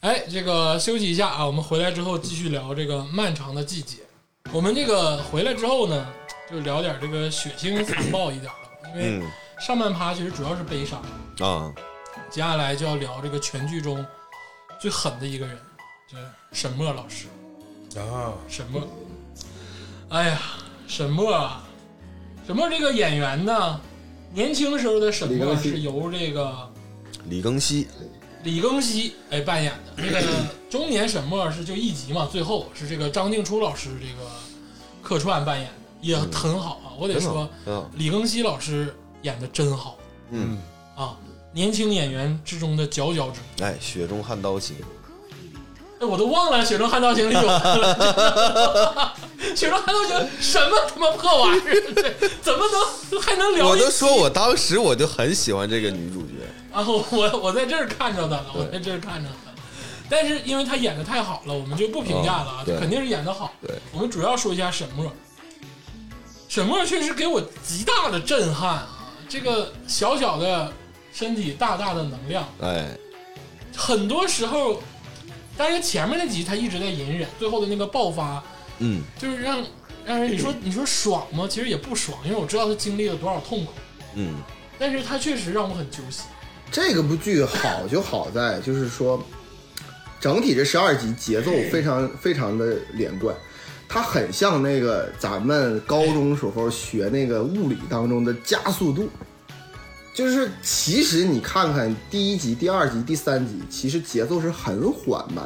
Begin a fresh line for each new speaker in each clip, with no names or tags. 哎，这个休息一下啊，我们回来之后继续聊这个漫长的季节。我们这个回来之后呢，就聊点这个血腥残暴一点的，因为
嗯
上半趴其实主要是悲伤，
啊，
接下来就要聊这个全剧中最狠的一个人，就是沈墨老师。
啊，
沈墨，哎呀，沈墨啊，沈墨这个演员呢，年轻时候的沈墨啊是由这个
李庚希
李庚希哎扮演的，这个中年沈墨是就一集嘛，最后是这个张静初老师这个客串扮演的，也很好啊，我得
真好
说
啊，
李庚希老师演的真好
嗯，
啊，年轻演员之中的佼佼者。
哎，雪中悍刀行，
哎，我都忘了《雪中悍刀行》里有 了，《雪中悍刀行》什么他妈破玩意儿，这怎么能还能聊
我
一？
都说我当时我就很喜欢这个女主角，
然后啊我我在这儿看着的了，
对
我在这儿看着的。但是因为他演的太好了，我们就不评价了啊
哦，对
他肯定是演的好。
对，
我们主要说一下沈墨，沈墨确实给我极大的震撼啊！这个小小的身体，大大的能量，
哎，
很多时候，但是前面那集他一直在隐忍，最后的那个爆发。
嗯，
就是让让人你说你说爽吗？其实也不爽，因为我知道他经历了多少痛苦，
嗯，
但是他确实让我很揪心。
这个部剧好就好在就是说，整体这十二集节奏非常非常的连贯，它很像那个咱们高中时候学那个物理当中的加速度。就是其实你看看第一集、第二集、第三集，其实节奏是很缓慢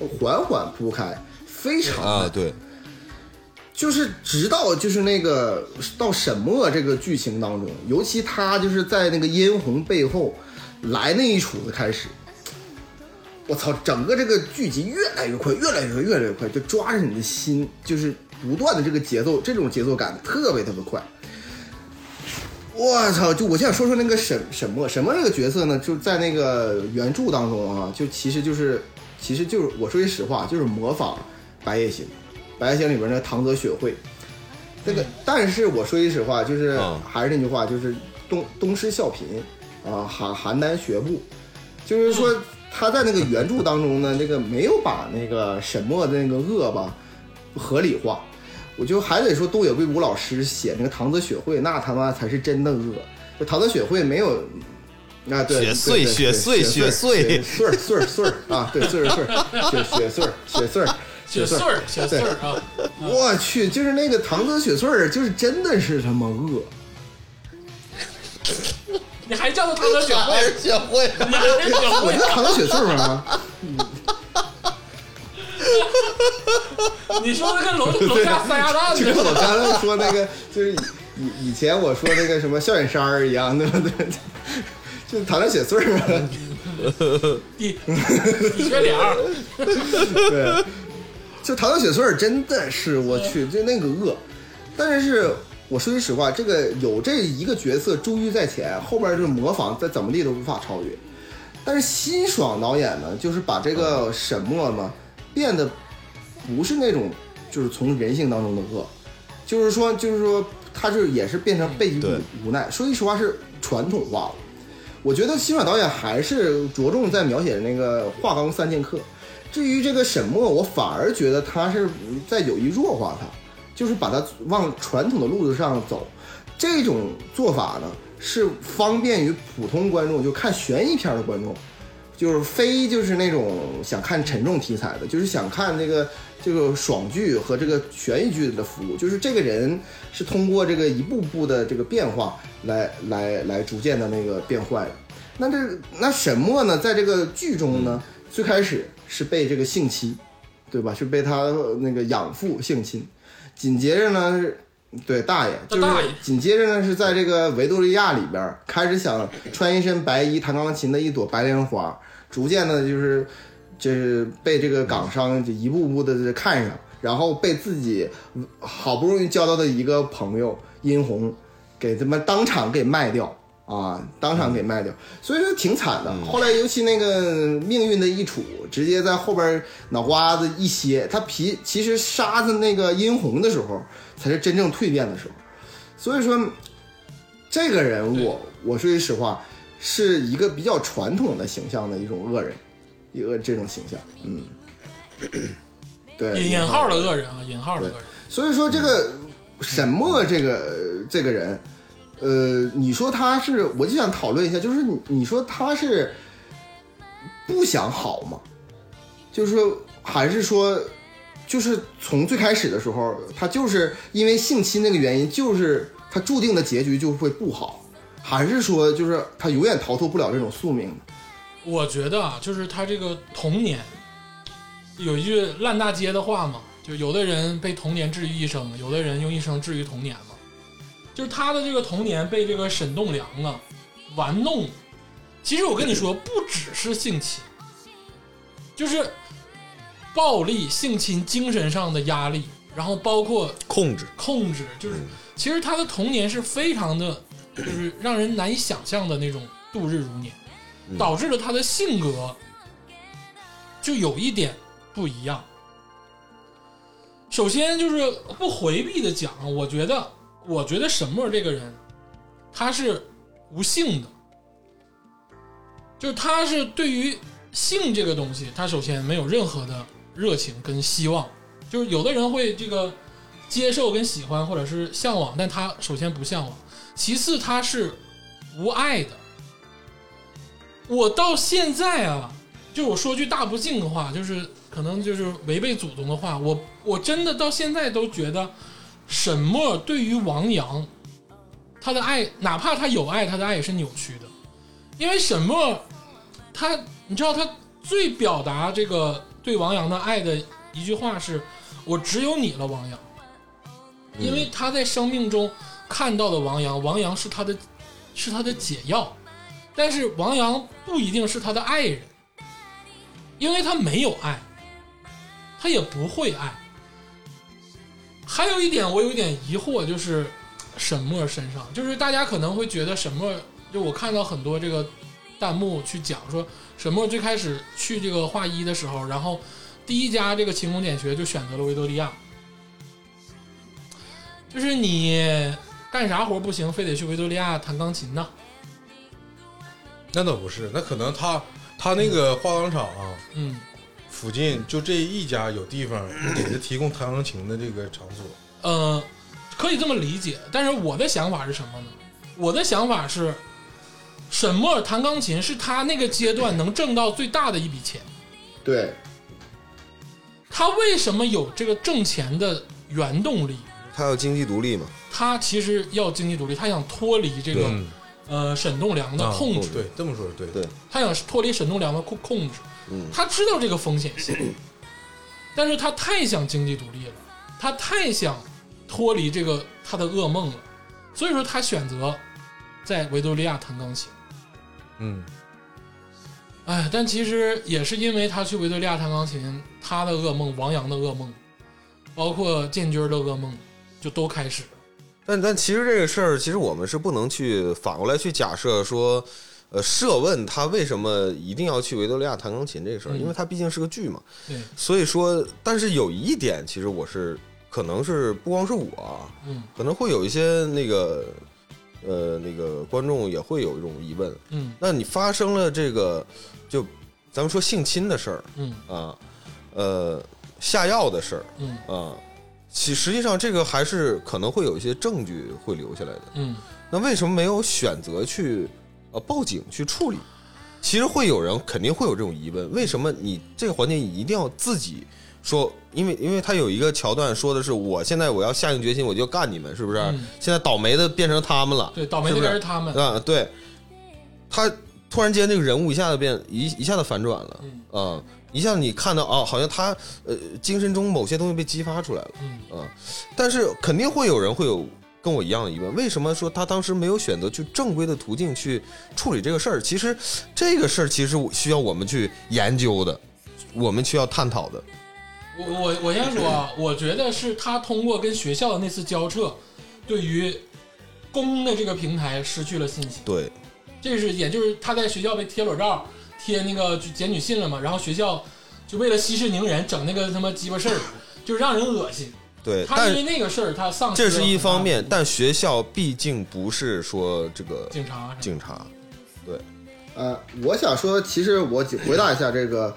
的，缓缓铺开，非常
啊，
的
对，
就是直到就是那个到沈墨这个剧情当中，尤其他就是在那个殷红背后来那一杵子开始，我操，整个这个剧集越来越快，越来越快，越来越快，就抓着你的心，就是不断的这个节奏，这种节奏感特别特别快。我操！就我想说说那个沈沈墨，沈墨这个角色呢，就在那个原著当中啊，就其实就是，其实就是我说句实话，就是模仿《白夜行》，《白夜行》里边那个唐泽雪惠，那个，但是我说句实话，就是
嗯
还是那句话，就是东东施效颦啊，邯邯郸学步，就是说他在那个原著当中呢，那个没有把那个沈墨的那个恶吧合理化，我就还得说东野圭吾老师写那个唐泽雪惠，那他妈才是真的恶。就唐泽雪惠没有，啊对，
雪穗
对对
雪
对
穗
雪
雪穗
穗儿穗儿穗儿啊，对穗儿穗儿雪雪穗儿雪穗儿
小穗
穗儿。
儿，小穗儿啊，
我去，就是那个唐泽雪穗儿，就是真的是他妈恶。
你还叫他唐泽雪
还
惠？
是学会了，
你还是雪
我
惠？
叫唐泽雪穗儿吗？
你说的跟楼楼下塞鸭蛋似
就跟
的。
我刚才说那个，就是以以以前我说那个什么笑眼山儿一样，对不对？ 就是唐泽雪穗儿嘛。
你你学俩儿，
对，就唐小雪穗儿真的是我去，就那个恶。但是我说句实话，这个有这一个角色珠玉在前，后边就是模仿，再怎么地都无法超越。但是辛爽导演呢，就是把这个沈墨嘛变得不是那种就是从人性当中的恶，就是说就是说他是也是变成被
嗯
逼
对
无奈。说句实话是传统化了。我觉得辛爽导演还是着重在描写那个华冈三剑客。至于这个沈墨，我反而觉得他是在有意弱化他，就是把他往传统的路子上走。这种做法呢，是方便于普通观众，就看悬疑片的观众，就是非就是那种想看沉重题材的，就是想看这个这个爽剧和这个悬疑剧的服务，就是这个人是通过这个一步步的这个变化来来来逐渐的那个变坏的。那这那沈墨呢，在这个剧中呢，最开始是被这个性侵，对吧？是被他呃那个养父性侵，紧接着呢是。对，大爷就是
大爷
紧接着呢，是在这个维多利亚里边儿开始想穿一身白衣弹钢琴的一朵白莲花，逐渐的就是就是被这个港商就一步步的看上，然后被自己好不容易交到的一个朋友殷红给他们当场给卖掉啊，当场给卖掉，所以说挺惨的。后来尤其那个命运的一杵，直接在后边脑瓜子一歇，他皮其实杀死那个殷红的时候，才是真正蜕变的时候。所以说，这个人
对
我我说句实话，是一个比较传统的形象的一种恶人。一个这种形象，嗯， 对，
引引号的恶人啊，引号的恶人，
所以说这个沈墨这个呃这个人，呃，你说他是，我就想讨论一下，就是你你说他是不想好吗？就是说还是说，就是从最开始的时候，他就是因为性侵那个原因，就是他注定的结局就会不好，还是说就是他永远逃脱不了这种宿命呢？
我觉得啊，就是他这个童年，有一句烂大街的话嘛，就有的人被童年治愈一生，有的人用一生治愈童年嘛。就是他的这个童年被这个沈栋梁啊玩弄。其实我跟你说，不只是性侵，就是暴力、性侵、精神上的压力，然后包括
控制，
控制，就是其实他的童年是非常的，就是让人难以想象的那种度日如年，
嗯
导致了他的性格就有一点不一样。首先就是不回避的讲，我觉得，我觉得沈墨这个人，他是无性的，就是他是对于性这个东西，他首先没有任何的热情跟希望。就是有的人会这个接受跟喜欢或者是向往，但他首先不向往，其次他是无爱的。我到现在啊，就是我说句大不敬的话，就是可能就是违背祖宗的话，我我真的到现在都觉得沈墨对于王阳，他的爱，哪怕他有爱，他的爱也是扭曲的，因为沈墨他，你知道他最表达这个对王阳的爱的一句话是：“我只有你了，王阳。”因为他在生命中看到的王阳，王阳是他的，是他的解药，但是王阳不一定是他的爱人，因为他没有爱，他也不会爱。还有一点，我有一点疑惑，就是沈墨身上，就是大家可能会觉得沈墨，就我看到很多这个弹幕去讲说，沈墨最开始去这个画一的时候，然后第一家这个勤工俭学就选择了维多利亚，就是你干啥活不行，非得去维多利亚弹钢琴呢？
那倒不是，那可能他他那个化妆厂啊
嗯，
附近就这一家有地方给他提供弹钢琴的这个场所，
呃，可以这么理解，但是我的想法是什么呢？我的想法是，沈墨弹钢琴是他那个阶段能挣到最大的一笔钱。
对，
他为什么有这个挣钱的原动力？
他要经济独立嘛，
他其实要经济独立，他想脱离这个、
嗯
呃沈栋梁的控制，
啊对，这么说是对的。
对，
他想脱离沈栋梁的控控制。
嗯，
他知道这个风险性，但是他太想经济独立了，他太想脱离这个他的噩梦了，所以说他选择在维多利亚弹钢琴。
嗯，
哎，但其实也是因为他去维多利亚弹钢琴，他的噩梦、王阳的噩梦，包括建军的噩梦，就都开始了。
但但其实这个事儿，其实我们是不能去反过来去假设说，呃，设问他为什么一定要去维多利亚弹钢琴这个事儿，
嗯
因为他毕竟是个剧嘛。
对，
所以说，但是有一点，其实我是可能是不光是我啊，
嗯
可能会有一些那个呃那个观众也会有一种疑问，
嗯
那你发生了这个就咱们说性侵的事儿
嗯
啊，呃下药的事
嗯
儿啊，其实际上这个还是可能会有一些证据会留下来的。
嗯，
那为什么没有选择去呃报警去处理？其实会有人肯定会有这种疑问，为什么你这个环节你一定要自己说？因为因为他有一个桥段说的是，我现在我要下定决心，我就干你们，是不是？
嗯
现在倒霉的变成他们了，
对，倒霉
是
的
不是
人是他们。
啊，对，他突然间这个人物一下子变一一下子反转了，
嗯
啊，一下子你看到哦，好像他呃精神中某些东西被激发出来了。
嗯
啊，但是肯定会有人会有跟我一样的疑问，为什么说他当时没有选择去正规的途径去处理这个事儿？其实这个事儿其实我需要我们去研究的，我们需要探讨的。
我我我先说啊，我觉得是他通过跟学校的那次交涉，对于公的这个平台失去了信心。
对，
这是也就是他在学校被贴裸照、贴那个检举信了嘛，然后学校就为了息事宁人，整那个他妈鸡巴事儿，就让人恶心。
对，
他因
但
为那个事儿，他丧失
这
了
是一
很大
方面，但学校毕竟不是说这个
警察啊什么的
警察，
呃，我想说，其实我解回答一下这个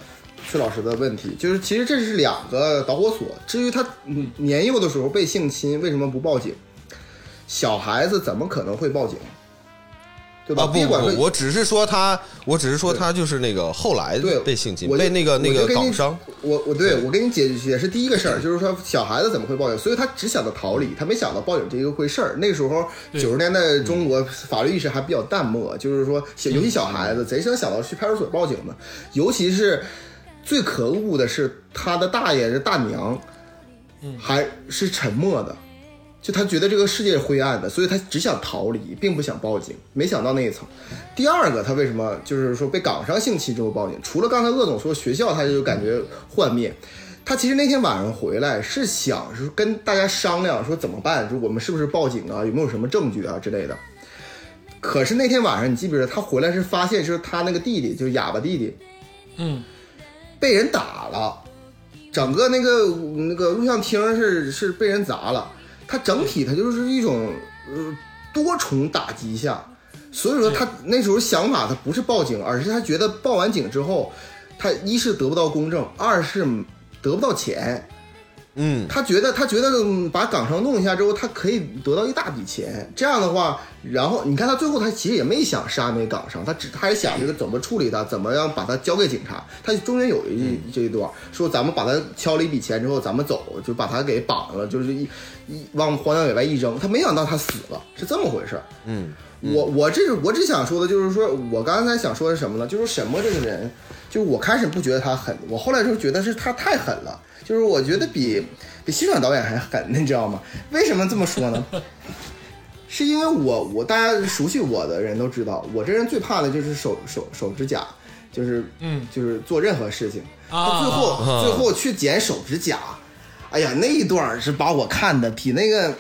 崔老师的问题，就是其实这是两个导火索。至于他嗯年幼的时候被性侵，为什么不报警？小孩子怎么可能会报警？对吧？
啊
别
不
管
不
说
不，我只是说他，我只是说他就是那个后来
对
被性侵，
我就
被那个那
我就
个
跟
港
你
商，
我我对我给你解解释第一个事儿，就是说小孩子怎么会报警，所以他只想到逃离，他没想到报警这个回事儿。那时候
对
九十年代
嗯
的中国法律意识还比较淡漠，就是说小尤其小孩
嗯
子，谁能想到去派出所报警呢？尤其是最可恶的是他的大爷是大娘，还是沉默的。就他觉得这个世界是灰暗的，所以他只想逃离，并不想报警。没想到那一层。第二个，他为什么就是说被港商性侵之后报警？除了刚才鄂总说学校，他就感觉幻灭。他其实那天晚上回来是想是跟大家商量说怎么办，说我们是不是报警啊？有没有什么证据啊之类的。可是那天晚上，你记不记得他回来是发现，就是他那个弟弟，就是哑巴弟弟，
嗯，
被人打了，整个那个那个录像厅是是被人砸了，他整体他就是一种呃多重打击下，所以说他那时候想法他不是报警，而是他觉得报完警之后，他一是得不到公正，二是得不到钱，
嗯，
他觉得他觉得嗯把港商弄一下之后，他可以得到一大笔钱。这样的话，然后你看他最后他其实也没想杀那港商，他只他还想这个怎么处理他，怎么样把他交给警察。他中间有一这一段说咱们把他敲了一笔钱之后，咱们走，就把他给绑了，就是一一往荒郊野外一扔。他没想到他死了，是这么回事儿。
嗯
我我这我只想说的就是说，我刚才想说的是什么呢？就是沈墨这个人，就是我开始不觉得他狠，我后来就觉得是他太狠了，就是我觉得比比新爽导演还狠，你知道吗？为什么这么说呢？ 是因为我我大家熟悉我的人都知道，我这人最怕的就是手手手指甲，就是
嗯
就是做任何事情，
啊
他最后、
啊
最后去剪手指甲，哎呀，那一段儿是把我看的比那个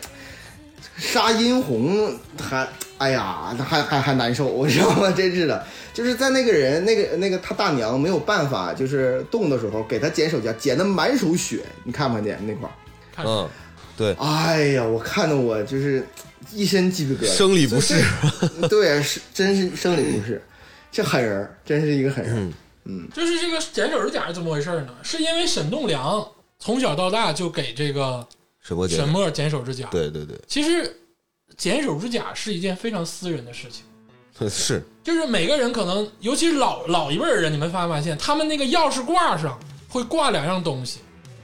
杀殷红还，哎呀，还还还难受，我知道吗？真是的，就是在那个人那个那个他大娘没有办法就是动的时候，给他剪手指甲，剪的满手血，你看不看见那块儿？
看
嗯，对，
哎呀，我看的我就是一身鸡皮疙瘩，
生理不适
就这，对，是真是生理不适，这狠人儿，真是一个狠人儿。
就是这个剪手指甲是怎么回事呢？是因为沈栋梁从小到大就给这个
沈波姐
沈，墨剪手指甲。
对对对，
其实剪手指甲是一件非常私人的事情，
是，
就是每个人可能，尤其是老老一辈儿人，你们发没发现，他们那个钥匙挂上会挂两样东西，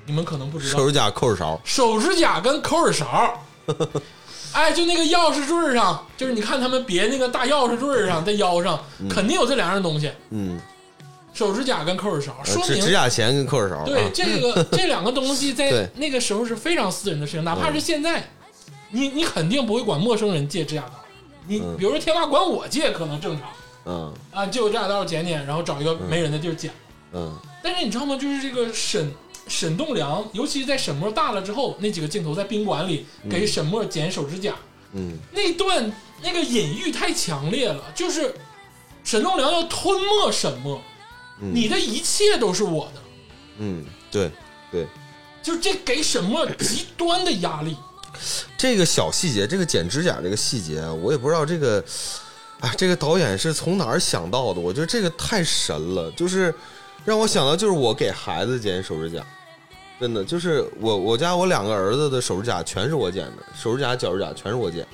你们可能不知道
手，指甲扣着勺，
手指甲跟口耳勺。哎，就那个钥匙坠儿上，就是你看他们别那个大钥匙坠儿上，在腰上肯定有这两样东西，
嗯，呃
手指甲跟口耳勺，说
指
明
指甲钳跟扣着勺，
对
啊，
这 个这两个东西在
对嗯
那个时候是非常私人的事情，哪怕是现在，你你肯定不会管陌生人借指甲刀。你
嗯
比如说天霸管我借可能正常
嗯
啊，借我指甲刀剪剪，然后找一个没人的地儿剪。
嗯，
但是你知道吗？就是这个沈沈栋梁，尤其是在沈墨大了之后，那几个镜头在宾馆里给沈墨剪手指甲，
嗯，
那段那个隐喻太强烈了，就是沈栋梁要吞没沈墨，
嗯
你的一切都是我的。
嗯，对对，
就这给沈墨极端的压力。
这个小细节，这个剪指甲这个细节啊，我也不知道这个，哎，这个导演是从哪儿想到的？我觉得这个太神了，就是让我想到就是我给孩子剪手指甲，真的就是我我家我两个儿子的手指甲全是我剪的，手指甲脚指甲全是我剪，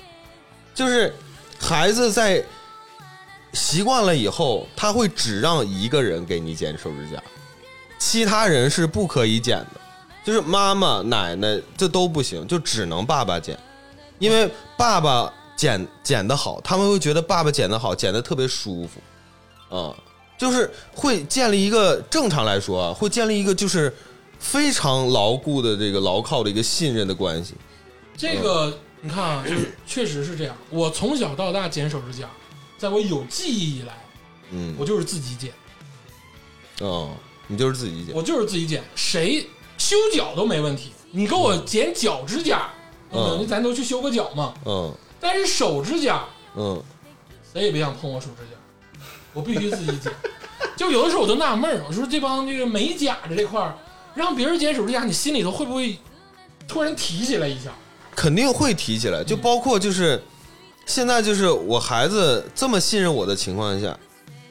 就是孩子在习惯了以后，他会只让一个人给你剪手指甲，其他人是不可以剪的。就是妈妈、奶奶这都不行，就只能爸爸剪，因为爸爸剪剪的好，他们会觉得爸爸剪的好，剪的特别舒服，啊、就是会建立一个正常来说啊，会建立一个就是非常牢固的这个牢靠的一个信任的关系，
这个
嗯
你看啊，就是确实是这样。我从小到大剪手指甲，在我有记忆以来，
嗯，
我就是自己剪，
哦，你就是自己剪，
我就是自己剪，谁修脚都没问题。你给我剪脚指甲，
嗯
嗯，咱都去修个脚嘛。
嗯
但是手指甲，
嗯，
谁也别想碰我手指甲，我必须自己 剪。就有的时候我都纳闷儿，我说这帮这个美甲的这块儿，让别人剪手指甲，你心里头会不会突然提起来一下？
肯定会提起来，就包括就是、现在就是我孩子这么信任我的情况下，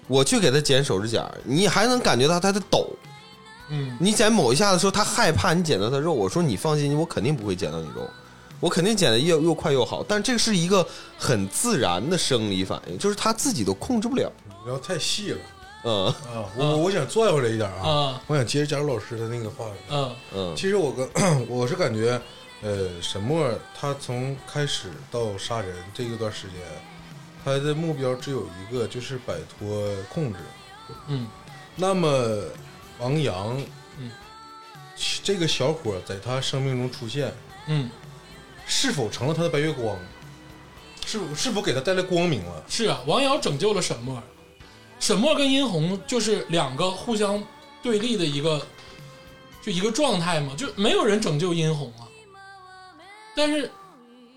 我去给他剪手指甲，你还能感觉到他在抖。
嗯，
你剪某一下的时候，他害怕你剪到他肉。我说你放心，我肯定不会剪到你肉，我肯定剪的又又快又好。但这是一个很自然的生理反应，就是他自己都控制不了。
然后太细了
嗯
啊！我我想拽回来一点啊，
啊，
我想接着佳茹老师的那个话题。
嗯，
嗯
其实我跟我是感觉，呃，沈墨他从开始到杀人这一段时间，他的目标只有一个，就是摆脱控制。
嗯，
那么王阳，
嗯，
这个小伙在他生命中出现，
嗯，
是否成了他的白月光？是否是否给他带来光明了？
是啊，王瑶拯救了沈墨，沈墨跟殷红就是两个互相对立的一个，就一个状态嘛，就没有人拯救殷红啊，但是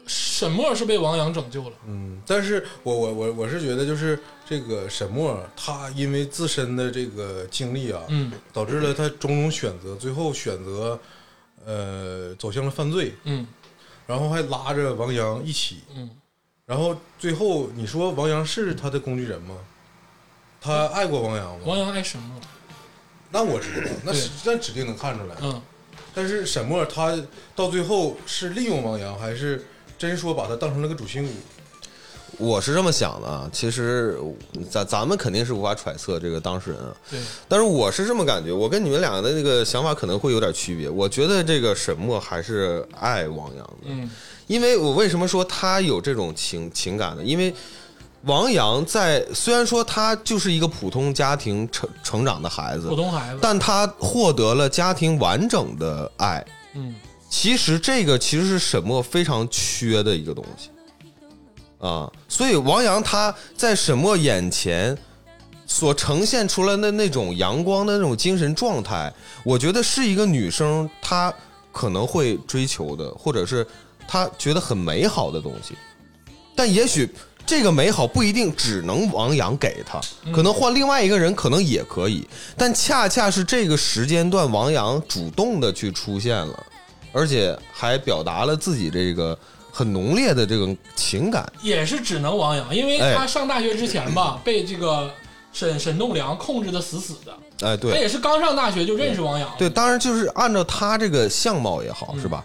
沈墨是被王阳拯救了，
嗯，但是我我我我是觉得，就是这个沈墨，他因为自身的这个经历啊，
嗯
导致了他种种选择，最后选择呃走向了犯罪，
嗯
然后还拉着王阳一起，
嗯，
然后最后你说王阳是他的工具人吗？他爱过王阳吗？
王阳爱沈墨，
那我知道，那是那指定能看出来。
嗯
但是沈墨他到最后是利用王阳，还是真说把他当成了个主心骨？
我是这么想的啊，其实咱咱们肯定是无法揣测这个当事人啊，
对，
但是我是这么感觉，我跟你们俩的那个想法可能会有点区别。我觉得这个沈墨还是爱王阳的，
嗯
因为我为什么说他有这种情情感呢？因为王阳在虽然说他就是一个普通家庭成成长的孩子
普，通孩子，
但他获得了家庭完整的爱。
嗯
其实这个其实是沈墨非常缺的一个东西啊，所以王阳他在沈墨眼前所呈现出来的那种阳光的那种精神状态，我觉得是一个女生她可能会追求的，或者是她觉得很美好的东西，但也许。这个美好不一定只能王阳给她，可能换另外一个人可能也可以，但恰恰是这个时间段，王阳主动的去出现了，而且还表达了自己这个很浓烈的这种情感。
也是只能王阳，因为
哎
他上大学之前吧，被这个沈沈栋梁控制的死死的，他
哎，对
也是刚上大学就认识王阳，
对，，当然就是按照他这个相貌也好，是吧？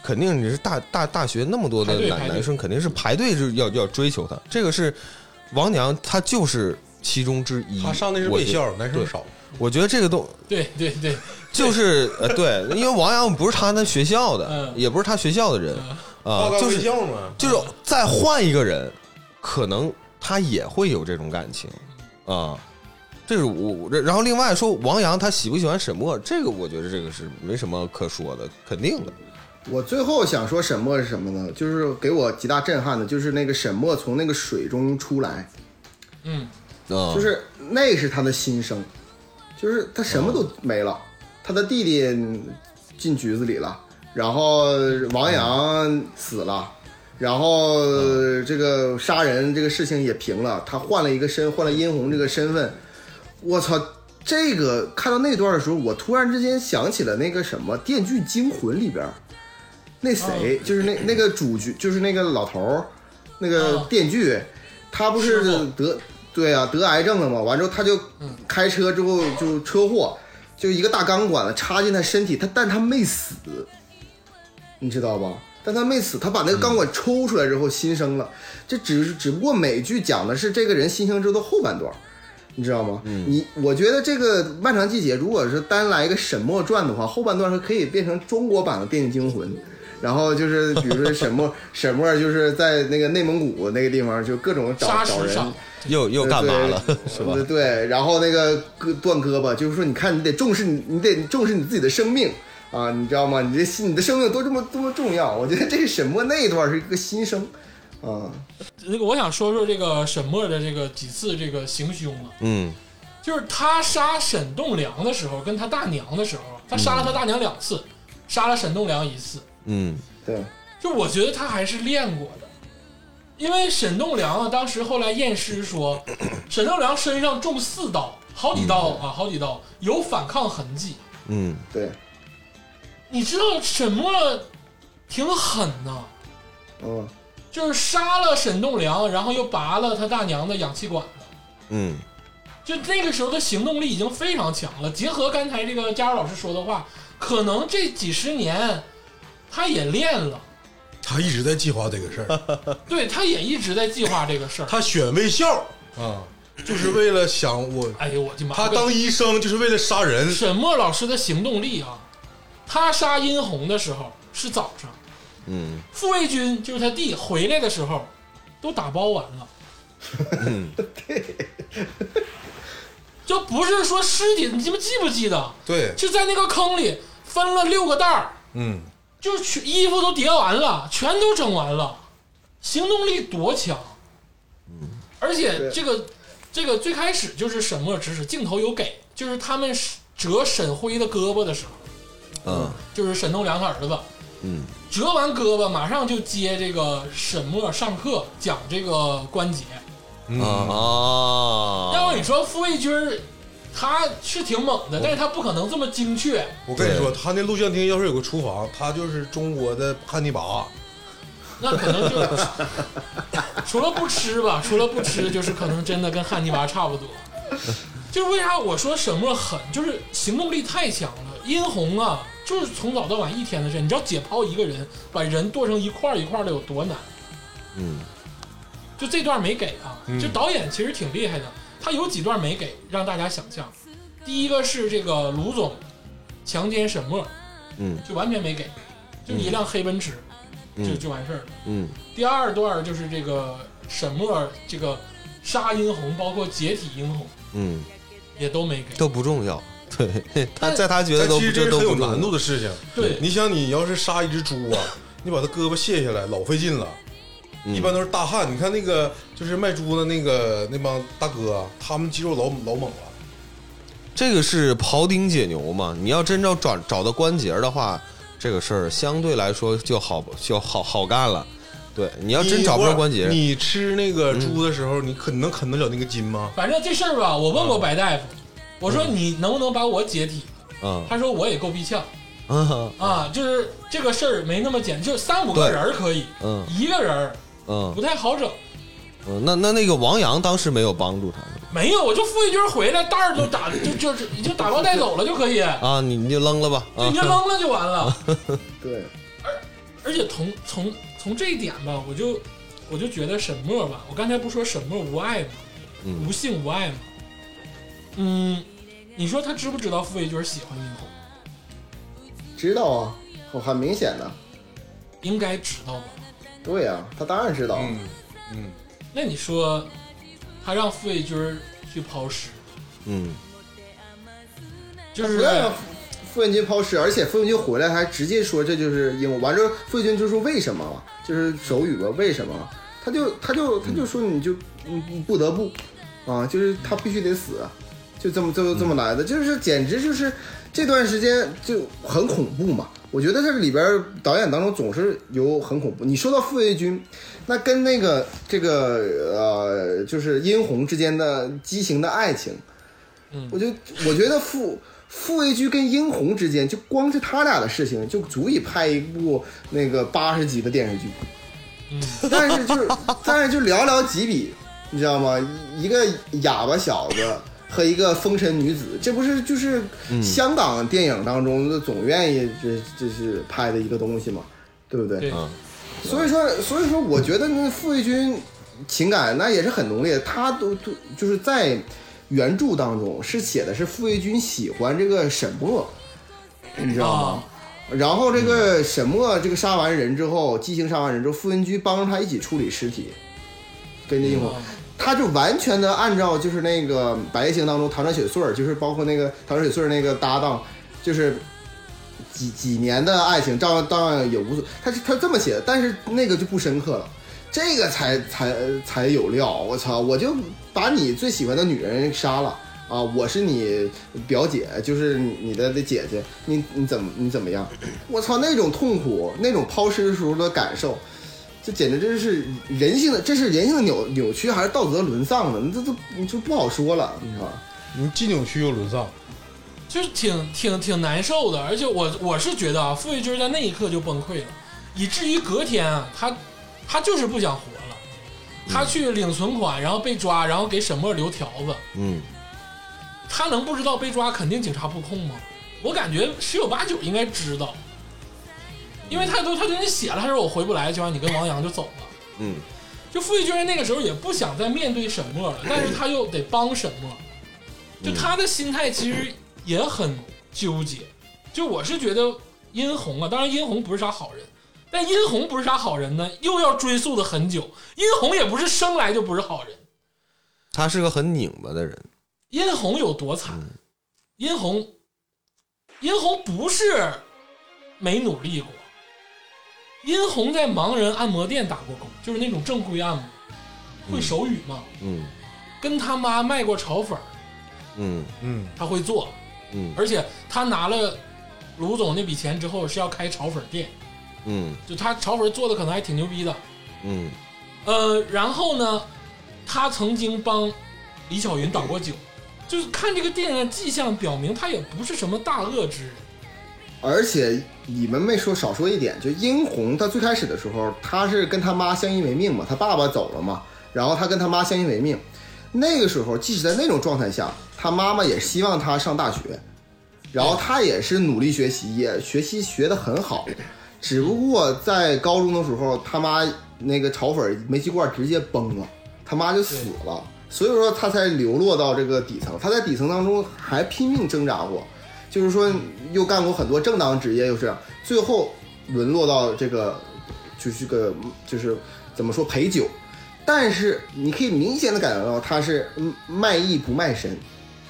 肯定你是大大大学那么多
嗯
的
排队排队
男男生，肯定是排队就要要追求他。这个是王娘，她就是其中之一。
他上的是
我
卫
觉得，
校，男生少。
我觉得这个东
对对对，
就是呃，对，因为王阳不是他那学校的
嗯，
也不是他学校的人
嗯
啊，
干
就
卫
是
校嘛。
就是再换一个人，可能他也会有这种感情啊。这是我，然后另外说王阳他喜不喜欢沈墨，这个我觉得这个是没什么可说的，肯定的。
我最后想说沈墨是什么呢？就是给我极大震撼的，就是那个沈墨从那个水中出来，
嗯
啊，
就是那是他的心声，就是他什么都没了，他的弟弟进局子里了，然后王阳死了，然后这个杀人这个事情也平了，他换了一个身，换了殷红这个身份，我操！这个看到那段的时候，我突然之间想起了那个什么《电锯惊魂》里边儿，
哦
那谁、就是那那个主角，就是那个老头儿，那个
啊
电锯，他不
师
是
傅
得对啊得癌症了嘛，完之后他就开车之后就车祸，就一个大钢管子插进他身体，他但他没死，你知道吧？但他没死，他把那个钢管抽出来之后新生了。这只是只不过美剧讲的是这个人新生之后的后半段，你知道吗？你我觉得这个《漫长季节》如果是单来一个沈墨传的话，后半段是可以变成中国版的《电影惊魂》。然后就是，比如说沈墨， 沈墨就是在那个内蒙古那个地方，就各种找
杀
找
时
人，
尚，
又又干嘛了，是吧？
对对，然后那个割断胳膊，就是说，你看，你得重视你，你得重视你自己的生命啊，你知道吗？你这心，你的生命多这么多么重要。我觉得这个沈墨那一段是一个新生啊，
那个我想说说这个沈墨的这个几次这个行凶啊，
嗯
就是他杀沈栋梁的时候，跟他大娘的时候，他杀了他大娘两次，杀了沈栋梁一次，
嗯
对，
就我觉得他还是练过的，因为沈栋梁啊，当时后来验尸说，沈栋梁身上中四刀，好几刀啊，好几刀，有反抗痕迹。
嗯，
对，
你知道沈墨挺狠呐、
嗯，
就是杀了沈栋梁，然后又拔了他大娘的氧气管子。
嗯，
就那个时候的行动力已经非常强了。结合刚才这个加入老师说的话，可能这几十年他也练了，
他一直在计划这个事 儿，
对，他也一直在计划这个事儿。
他选卫校
啊，
就是为了想我，
哎呦我的妈！
他当医生就是为了杀人，
沈墨老师的行动力啊，他杀殷红的时候是早上，
嗯，
傅卫军就是他弟回来的时候都打包完了。 对，就不是说尸体，你们记不记得？
对，
就在那个坑里分了六个袋儿，
嗯，
就是全衣服都叠完了，全都整完了，行动力多强！而且
对
这个这个最开始就是沈墨指使，镜头有给，就是他们折沈辉的胳膊的时候，
嗯
啊，
就是沈栋梁他儿子，
嗯，
折完胳膊马上就接这个沈墨上课讲这个关节。
嗯
啊
要不你说傅卫军儿他是挺猛的，但是他不可能这么精确。
我跟你说，他那录像厅要是有个厨房，他就是中国的汉尼拔。
那可能就除了不吃吧，除了不吃，就是可能真的跟汉尼拔差不多。就是为啥我说沈墨狠，就是行动力太强了。殷红啊，就是从早到晚一天的事，你知道解剖一个人，把人剁成一块儿一块儿的有多难？
嗯，
就这段没给啊，就导演其实挺厉害的，他有几段没给，让大家想象。第一个是这个卢总强奸沈墨，
嗯，
就完全没给，就一辆黑奔驰，就
嗯
就完事儿了。
嗯
第二段就是这个沈墨这个杀殷红，包括解体殷红
嗯，
也都没给。
都不重要，对 他
但
在他觉得
但
都
其
不
实这
这
是
都
很
不
有
重要
难度的事情。
对
你想，你要是杀一只猪啊，你把它胳膊卸下来，老费劲了。
嗯
一般都是大汉，你看那个就是卖猪的那个那帮大哥啊，他们肌肉老老猛了。
这个是庖丁解牛嘛？你要真要找找到关节的话，这个事儿相对来说就好就好好干了。对，你要真找不着关节，嗯
你吃那个猪的时候，你啃能啃得了那个筋吗？
反正这事儿吧，我问过白大夫，我说你能不能把我解体？
嗯
他说我也够逼呛
嗯
啊，就是这个事儿没那么简单，就三五个
对
人儿可以，
嗯
一个人儿
嗯
不太好整。
嗯，那那那个王阳当时没有帮助他们
没有，我就傅卫军回来，袋儿都打，就就是已经打包带走了就可以，
啊，你你就扔了吧
就
啊
你就，扔了就完了。
对，
而且从从从这一点吧，我就我就觉得沈墨吧，我刚才不说沈墨无爱吗？
嗯
无性无爱吗？嗯，你说他知不知道傅卫军喜欢殷红？
知道啊，我很明显的，
应该知道吧？
对呀、他当然知道，啊
嗯嗯，
那你说他让傅卫军去抛尸，
嗯
就
不
是
要让傅文军抛尸，而且傅文军回来还直接说这就是因为，完之后傅文军就说为什么嘛，就是手语吧，为什么？啊他就他就他就说你就嗯你不得不啊，就是他必须得死，啊就这么就这么来的，就是简直就是这段时间就很恐怖嘛。我觉得这里边导演当中总是有很恐怖。你说到傅卫军，那跟那个这个呃，就是殷红之间的畸形的爱情，
嗯
我觉得我觉得傅傅卫军跟殷红之间，就光是他俩的事情，就足以拍一部那个八十集的电视剧。
嗯，
但是就是，但是就寥寥几笔，你知道吗？一个哑巴小子和一个风尘女子，这不是就是香港电影当中总愿意这这是拍的一个东西嘛，对不对？
对，
嗯
所以说，所以说，我觉得那傅卫军情感那也是很浓烈，他都都就是在原著当中是写的是傅卫军喜欢这个沈墨，你知道
哦啊
吗？然后这个沈墨这个杀完人之后，激情杀完人之后，傅文军帮着他一起处理尸体，跟着一伙
啊，
他就完全的按照就是那个《白夜行》当中唐山雪穗儿，就是包括那个唐山雪穗儿那个搭档，就是几几年的爱情，照当然也无所，他是他这么写的，但是那个就不深刻了，这个才才才有料。我操，我就把你最喜欢的女人杀了啊！我是你表姐，就是你的的姐姐，你你怎么你怎么样？我操，那种痛苦，那种抛尸时候的感受。这简直真是人性的，这是人性的扭扭曲还是道德沦丧呢？你这都你就不好说了，你知道吧？
你既扭曲又沦丧。
就是挺挺挺难受的。而且我我是觉得啊，傅卫军在那一刻就崩溃了，以至于隔天啊，他他就是不想活了，他去领存款，然后被抓，然后给沈墨留条子。
嗯
他能不知道被抓肯定警察布控吗？我感觉十有八九应该知道，因为他都他都给你写了，他说我回不来，就让你跟王阳就走了。
嗯，
就傅玉军那个时候也不想再面对沈墨了，但是他又得帮沈墨，就他的心态其实也很纠结。就我是觉得殷红啊，当然殷红不是啥好人，但殷红不是啥好人呢，又要追溯的很久。殷红也不是生来就不是好人，
他是个很拧巴的人，
殷红有多惨？殷红，殷红不是没努力过，殷红在盲人按摩店打过工，就是那种正规按摩，会手语嘛，
嗯
跟他妈卖过炒粉儿，
嗯
嗯，
他会做，
嗯
而且他拿了卢总那笔钱之后是要开炒粉店，
嗯
就他炒粉做的可能还挺牛逼的，
嗯
呃，然后呢，他曾经帮李小云倒过酒，就是看这个电影的迹象，表明他也不是什么大恶之人。
而且你们没说少说一点，就殷红，她最开始的时候，她是跟她妈相依为命嘛，她爸爸走了嘛，然后她跟她妈相依为命。那个时候，即使在那种状态下，她妈妈也希望她上大学，然后她也是努力学习，也学习学得很好，只不过在高中的时候，他妈那个炒粉煤气罐直接崩了，他妈就死了，所以说她才流落到这个底层。她在底层当中还拼命挣扎过，就是说又干过很多正当职业，又是最后沦落到这个就是这个就是怎么说陪酒，但是你可以明显的感觉到他是嗯卖艺不卖身。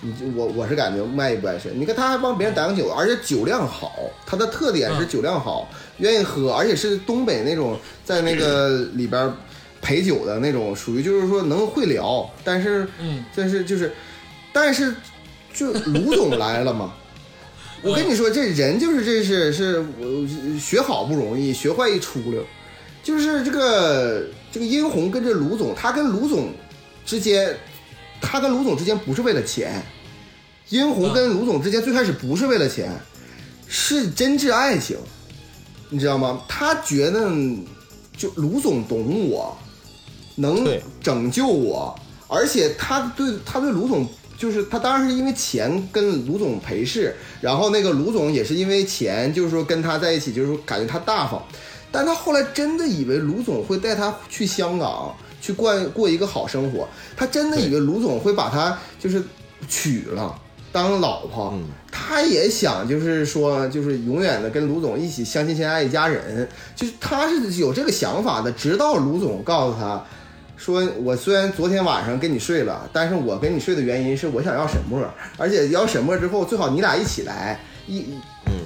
你就我我是感觉卖艺不卖身，你看他还帮别人挡酒，而且酒量好，他的特点是
嗯
酒量好，愿意喝，而且是东北那种在那个里边陪酒的那种，属于就是说能会聊，但是
嗯，
但是就是，但是就卢总来了嘛。我跟你说，这人就是这是是我学好不容易，学坏一出溜。就是这个这个殷红跟这卢总，他跟卢总之间，他跟卢总之间不是为了钱，殷红跟卢总之间最开始不是为了钱，是真挚爱情，你知道吗？他觉得就卢总懂我，能
对
拯救我，而且他对他对卢总。就是他当然是因为钱跟卢总陪侍，然后那个卢总也是因为钱，就是说跟他在一起，就是说感觉他大方，但他后来真的以为卢总会带他去香港去过过一个好生活，他真的以为卢总会把他就是娶了当老婆，
嗯
他也想就是说就是永远的跟卢总一起相亲相爱一家人，就是他是有这个想法的，直到卢总告诉他。说，我虽然昨天晚上跟你睡了，但是我跟你睡的原因是我想要沈墨，而且要沈墨之后最好你俩一起来，一，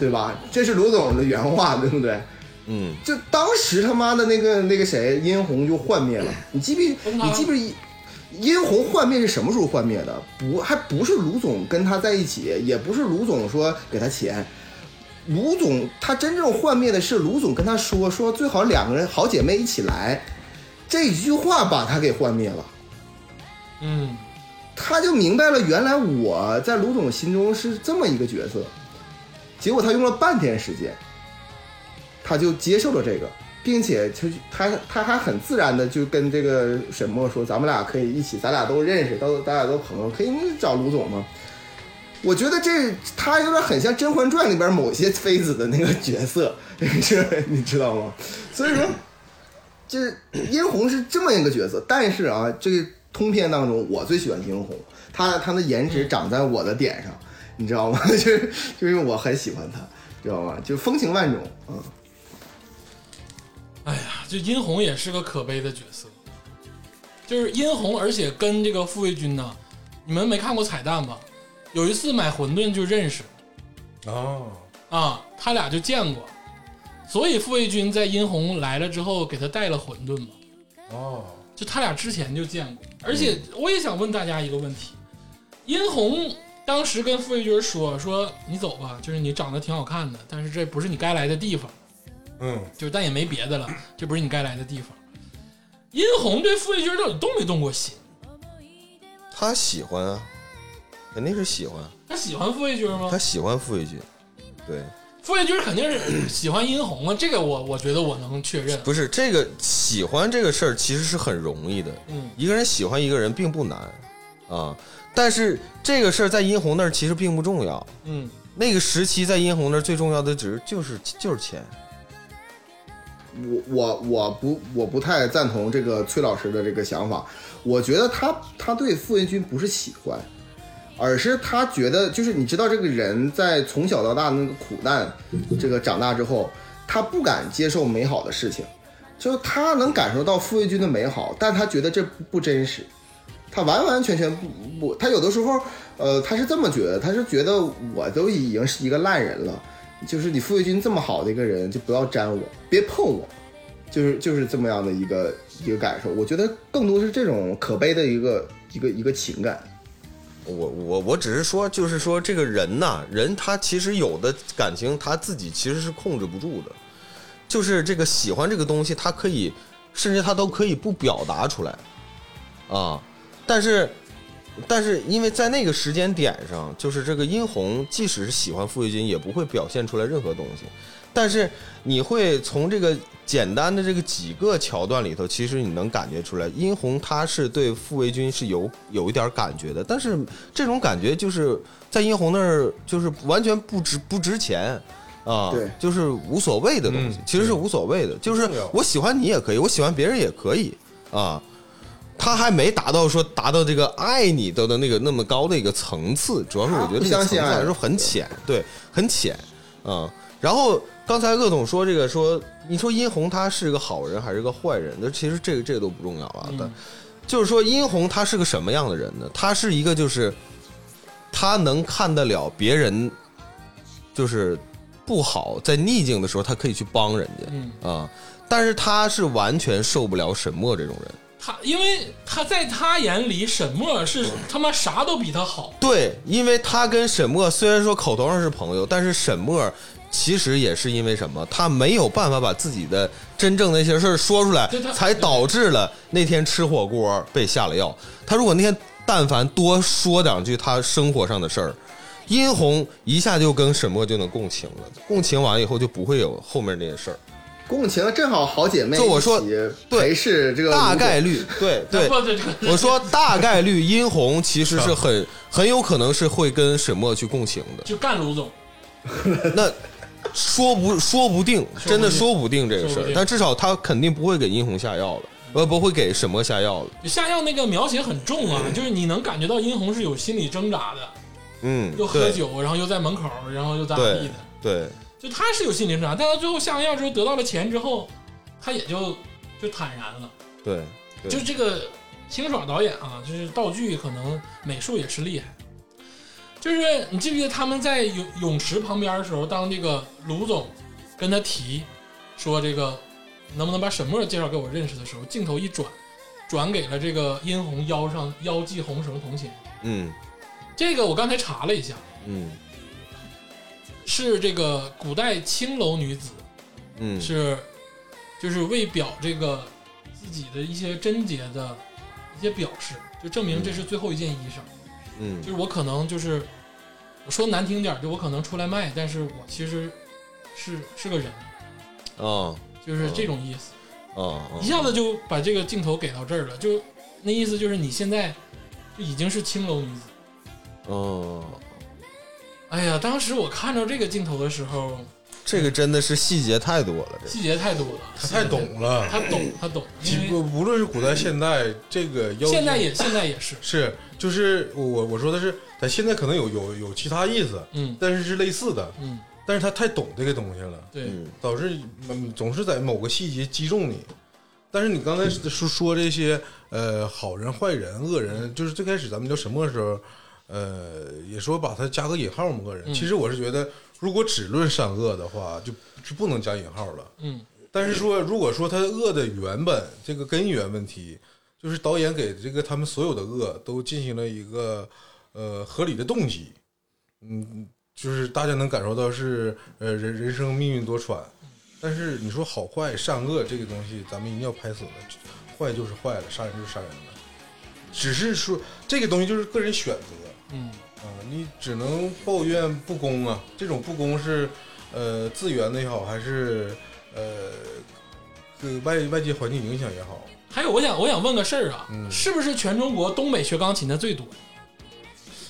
对吧？这是卢总的原话，对不对？
嗯，
就当时他妈的那个那个谁，殷红就幻灭了。你记不记？
崩塌了
你记不记？殷红幻灭是什么时候幻灭的？不，还不是卢总跟他在一起，也不是卢总说给他钱。卢总他真正幻灭的是卢总跟他说说最好两个人好姐妹一起来，这一句话把他给幻灭了。
嗯，
他就明白了，原来我在卢总心中是这么一个角色。结果他用了半天时间，他就接受了这个，并且就他他还很自然的就跟这个沈墨说：“咱们俩可以一起，咱俩都认识，都咱俩都朋友，可以你找卢总吗？”我觉得这他有点很像《甄嬛传》里边某些妃子的那个角色， 这你知道吗？所以说。就是 殷红是这么一个角色，但是啊，这个通篇当中，我最喜欢殷红，她她的颜值长在我的点上，你知道吗？ 就是就是我很喜欢她，知道吗？就风情万种，嗯，
哎呀，这殷红也是个可悲的角色，就是殷红，而且跟这个傅卫军呢，你们没看过彩蛋吧？有一次买馄饨就认识
哦，
啊，他俩就见过，所以傅卫军在殷红来了之后给他带了馄饨嘛。
啊
哦，
就他俩之前就见过。而且我也想问大家一个问题：殷红当时跟傅玉军说说你走吧，就是你长得挺好看的，但是这不是你该来的地方，
嗯，
就是但也没别 的了，这不是你该来的地方。殷红对傅玉军到底动没动过心？
他喜欢啊，肯定是喜欢，
他喜欢傅玉军吗
他？喜欢傅玉军，对，
傅玉军肯定是喜欢殷红啊，这个我我觉得我能确认。
不是这个喜欢这个事儿其实是很容易的，
嗯
一个人喜欢一个人并不难啊，但是这个事儿在殷红那儿其实并不重要。
嗯，
那个时期在殷红那儿最重要的只是就是就是钱。
我我我不我不太赞同这个崔老师的这个想法，我觉得他他对傅文君不是喜欢，而是他觉得就是你知道这个人在从小到大那个苦难，这个长大之后，他不敢接受美好的事情，就是他能感受到傅文君的美好，但他觉得这不不真实，他完完全全不不，他有的时候呃他是这么觉得，他是觉得我都已经是一个烂人了。就是你傅卫军这么好的一个人，就不要沾我，别碰我，就是就是这么样的一个一个感受。我觉得更多是这种可悲的一个一个一个情感。
我我我只是说，就是说这个人呐、人他其实有的感情他自己其实是控制不住的，就是这个喜欢这个东西，他可以，甚至他都可以不表达出来，啊，但是，但是因为在那个时间点上，就是这个殷红即使是喜欢傅玉金，也不会表现出来任何东西，但是你会从这个简单的这个几个桥段里头，其实你能感觉出来，殷红她是对傅维军是有有一点感觉的，但是这种感觉就是在殷红那儿就是完全不值不值钱。啊，
对
就是无所谓的东西，
嗯
其实是无所谓的，就是
重要
我喜欢你也可以，我喜欢别人也可以啊。他还没达到说达到这个爱你的的那个那么高的一个层次，主要是我觉得这
不
个
相
层
信
次
爱
还是很浅，对，很浅，嗯。然后刚才鄂总说这个说，你说殷红他是个好人还是个坏人？那其实这个这个都不重要啊，
嗯
但就是说殷红他是个什么样的人呢？他是一个就是他能看得了别人就是不好，在逆境的时候他可以去帮人家，
嗯
啊，但是他是完全受不了沈墨这种人。
他因为他在他眼里，沈墨是他妈啥都比他好，
对，因为他跟沈墨虽然说口头上是朋友，但是沈墨其实也是因为什么，他没有办法把自己的真正那些事儿说出来
对他，
才导致了那天吃火锅被下了药。他如果那天但凡多说两句他生活上的事儿，殷红一下就跟沈墨就能共情了，共情完以后就不会有后面那些事儿，
共情正好好姐妹
就我说
一起
对
陪侍这个
大
吴
概率对对。
哎不这这
我说大概率，殷红其实是很很有可能是会跟沈墨去共情的。
就干卢总，
那说不说不定，真的说不定这个事
说不
儿
定。
但至少他肯定不会给殷红下药了，呃，不会给沈墨下药了。
下药那个描写很重啊，就是你能感觉到殷红是有心理挣扎的，
嗯，
又喝
对
酒，然后又在门口，然后又咋地
对
的，
对，
就他是有心理挣扎，但他最后下完药之后得到了钱之后，他也就就坦然了。
对，对
就这个清爽导演啊，就是道具可能美术也是厉害。就是你记不记得他们在泳泳池旁边的时候，当这个卢总跟他提说这个能不能把沈墨介绍给我认识的时候，镜头一转，转给了这个殷红腰上腰系红绳铜钱。
嗯
这个我刚才查了一下，
嗯
是这个古代青楼女子
嗯，
是，就是为表这个自己的一些贞洁的一些表示，就证明这是最后一件衣裳。
嗯
就，是我可能就是，我说难听点儿，就我可能出来卖，但是我其实是是个人，
啊
就是这种意思。
啊啊
一！下子就把这个镜头给到这儿了，就那意思就是你现在就已经是青楼女子。
哦，
哎呀，当时我看到这个镜头的时候，
这个真的是细节太多了，这
细节太多了，
他太懂 了。
他懂，他懂，
几
因
个
为
无论是古代现代，这个要
现在也现在也是，
是就是我我我说的是，咱现在可能有有有其他意思，
嗯
但是是类似的，
嗯，
但是他太懂这个东西了，
对，
嗯
导致嗯总是在某个细节击中你。但是你刚才说说这些呃好人坏人恶人，就是最开始咱们聊什么时候，呃也说把它加个引号嘛恶人。
嗯
其实我是觉得，如果只论善恶的话，就就不能加引号了。
嗯
但是说，如果说他恶的原本这个根源问题，就是导演给这个他们所有的恶都进行了一个呃合理的动机，嗯，就是大家能感受到是呃人人生命运多舛，但是你说好坏善恶这个东西，咱们一定要拍死了，坏就是坏了，杀人就是杀人了，只是说这个东西就是个人选择，
嗯，
啊，你只能抱怨不公啊。这种不公是呃自源的也好，还是呃给外外界环境影响也好，
还有，我想我想问个事儿啊，
嗯
是不是全中国东北学钢琴的最多？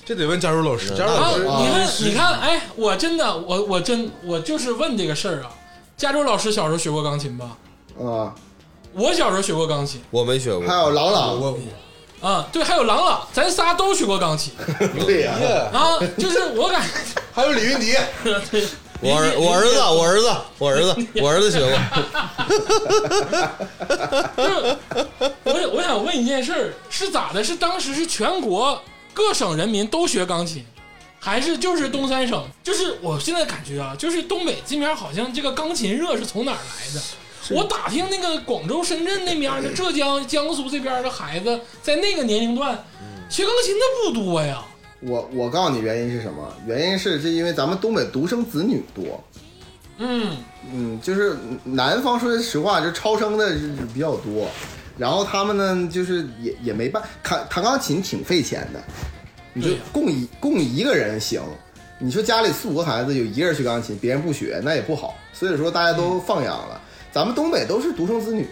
这得问佳茹老师，佳茹
啊，
老师，
你看，
看
你看，哎，我真的，我我真我就是问这个事儿啊。加州老师小时候学过钢琴吧？
啊，
我小时候学过钢琴
我没学过。
还有朗朗，
我我
啊、对，还有朗朗，咱仨都学过钢琴
对呀、
啊。就是我感
还有李云迪，
对，
我儿我儿子我儿子我儿 子我儿子学过，
就是 我我想问一件事儿，是咋的？是当时是全国各省人民都学钢琴，还是就是东三省？就是我现在感觉啊，就是东北这面好像这个钢琴热是从哪儿来的？我打听那个广州、深圳那边的、浙江、江苏这边的孩子，在那个年龄段
嗯
学钢琴的不多呀。
我我告诉你原因是什么？原因是是因为咱们东北独生子女多，
嗯，
嗯，就是南方说实话，就超生的是比较多，然后他们呢，就是也也没办弹弹钢琴挺费钱的，你就
对呀
供一供一个人行，你说家里四五个孩子有一个人学钢琴，别人不学那也不好，所以说大家都放养了。咱们东北都是独生子女，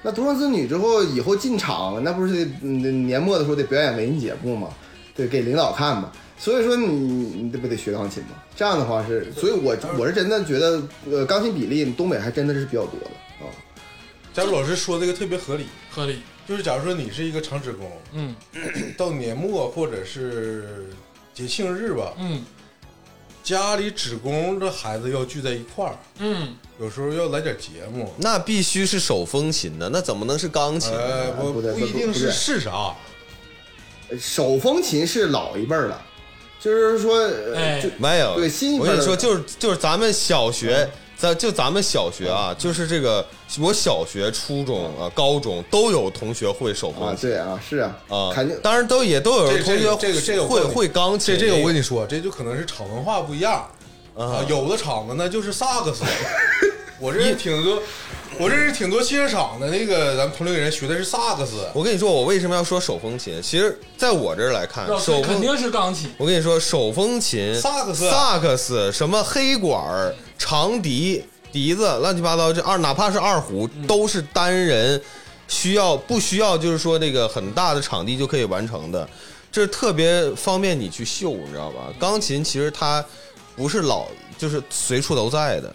那独生子女之后以后进厂，那不是得嗯年末的时候得表演文艺节目吗？对，给领导看嘛。所以说你你得不得学钢琴嘛？这样的话是，所以我我是真的觉得，呃，钢琴比例东北还真的是比较多的啊。
佳茹老师说这个特别合理，
合理。
就是假如说你是一个长职工，
嗯
到年末或者是节庆日吧，
嗯
家里职工的孩子要聚在一块儿，
嗯，
有时候要来点节目，
那必须是手风琴呢，那怎么能是钢琴？
呃，不
不对
一定
不
是
对
是啥，
手风琴是老一辈儿了，就是说，呃
哎
就
没有，
对新一
我
辈儿
跟你
的
说，就是就是咱们小
嗯
学，咱就咱们小学啊，就是这个我小学、初
嗯
中啊、高中都有同学会手风
啊，
琴
对啊，是啊，
啊
肯定，
当然都也都有人
这
同学
这个这个
会
这个
会钢琴，
这这个我跟你说，这就可能是厂文化不一样啊
啊，，
有的厂子呢就是萨 克斯，我认识挺多，我认识挺多汽车厂的那个咱们同龄人学的是萨克斯，
我跟你说，我为什么要说手风琴？其实在我这儿来看
老，师
啊手
肯
风，
定是钢琴。
我跟你说，手风琴、
萨克斯
萨克斯、什么黑管儿、长笛、笛子，乱七八糟，这二哪怕是二胡，都是单人需要不需要，就是说那个很大的场地就可以完成的，这是特别方便你去秀，你知道吧？钢琴其实它不是老，就是随处都在的。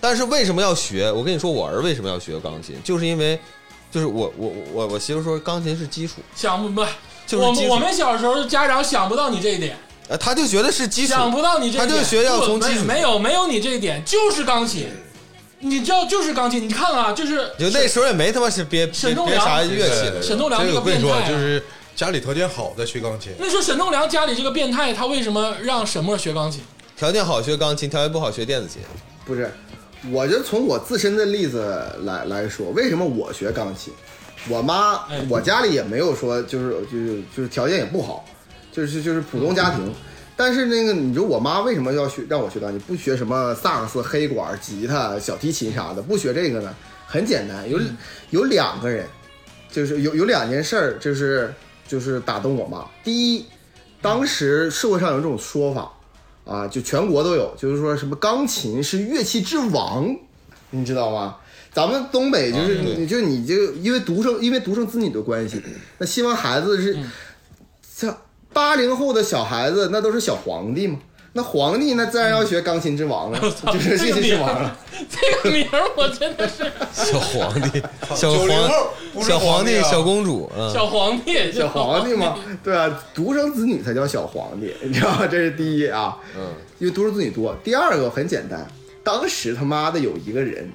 但是为什么要学？我跟你说，我儿为什么要学钢琴，就是因为，就是我我我我媳妇说钢琴是基础，
想不不，
就是
我
基
们
础
我们小时候家长想不到你这一点，
呃，她就觉得是基础，
想不到你这一点，
他就学要从基础
不没没有没有你这一点，就是钢琴，你知道就是钢琴，你看啊，就是
就那时候也没他妈是别别
沈仲
别
阳
啥乐器
对
了。
沈栋梁
这
这个
个我跟
变
你说
态、，啊，
就是家里条件好的学钢 琴，
那时候沈栋梁家里这个变态，他为什么让沈墨学钢琴？
条件好学钢琴，条件不好学电子琴。
不是，我就从我自身的例子来来说，为什么我学钢琴？我妈
哎，
我家里也没有说就是就是就是条件也不好，就是就是普通家庭。但是那个，你说我妈为什么要学让我学钢琴，不学什么萨克斯、黑管、吉他、小提琴啥的，不学这个呢？很简单，有有两个人，就是有有两件事儿，就是就是打动我妈。第一，当时社会上有这种说法，啊，就全国都有，就是说什么钢琴是乐器之王，你知道吗？咱们东北就是、
啊对
你，就你这个，因为独生，因为独生子女的关系，那希望孩子是，
嗯
像八零后的小孩子，那都是小皇帝嘛。那皇帝那自然要学钢琴之 王了， 就是
这
乐
个
器之
名
王
儿
了。，
这个名儿我真的 是
小皇帝， 小
九零后不
皇，
是
小皇帝，
啊
小公主，嗯，
小皇帝，
小皇 帝嘛，对啊，独生子女才叫小皇帝，你知道吗？这是第一啊，嗯，因为独生子女多。第二个很简单，当时他妈的有一个人，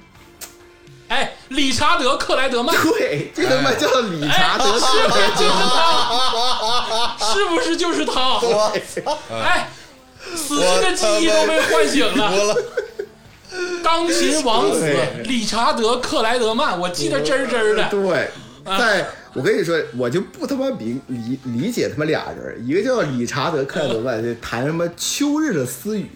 哎，理查德克莱德曼，
对，这他妈叫理查
哎，
德
是
克
不是就是他？是不 是就是他？
莱
哎，死去的记忆都被唤醒了。钢琴王子
对
理查德·克莱德曼，我记得真儿真儿的。
对，在我跟你说，我就不他妈理理理解他们俩人，一个叫理查德克莱德曼，就谈什么秋日的私语。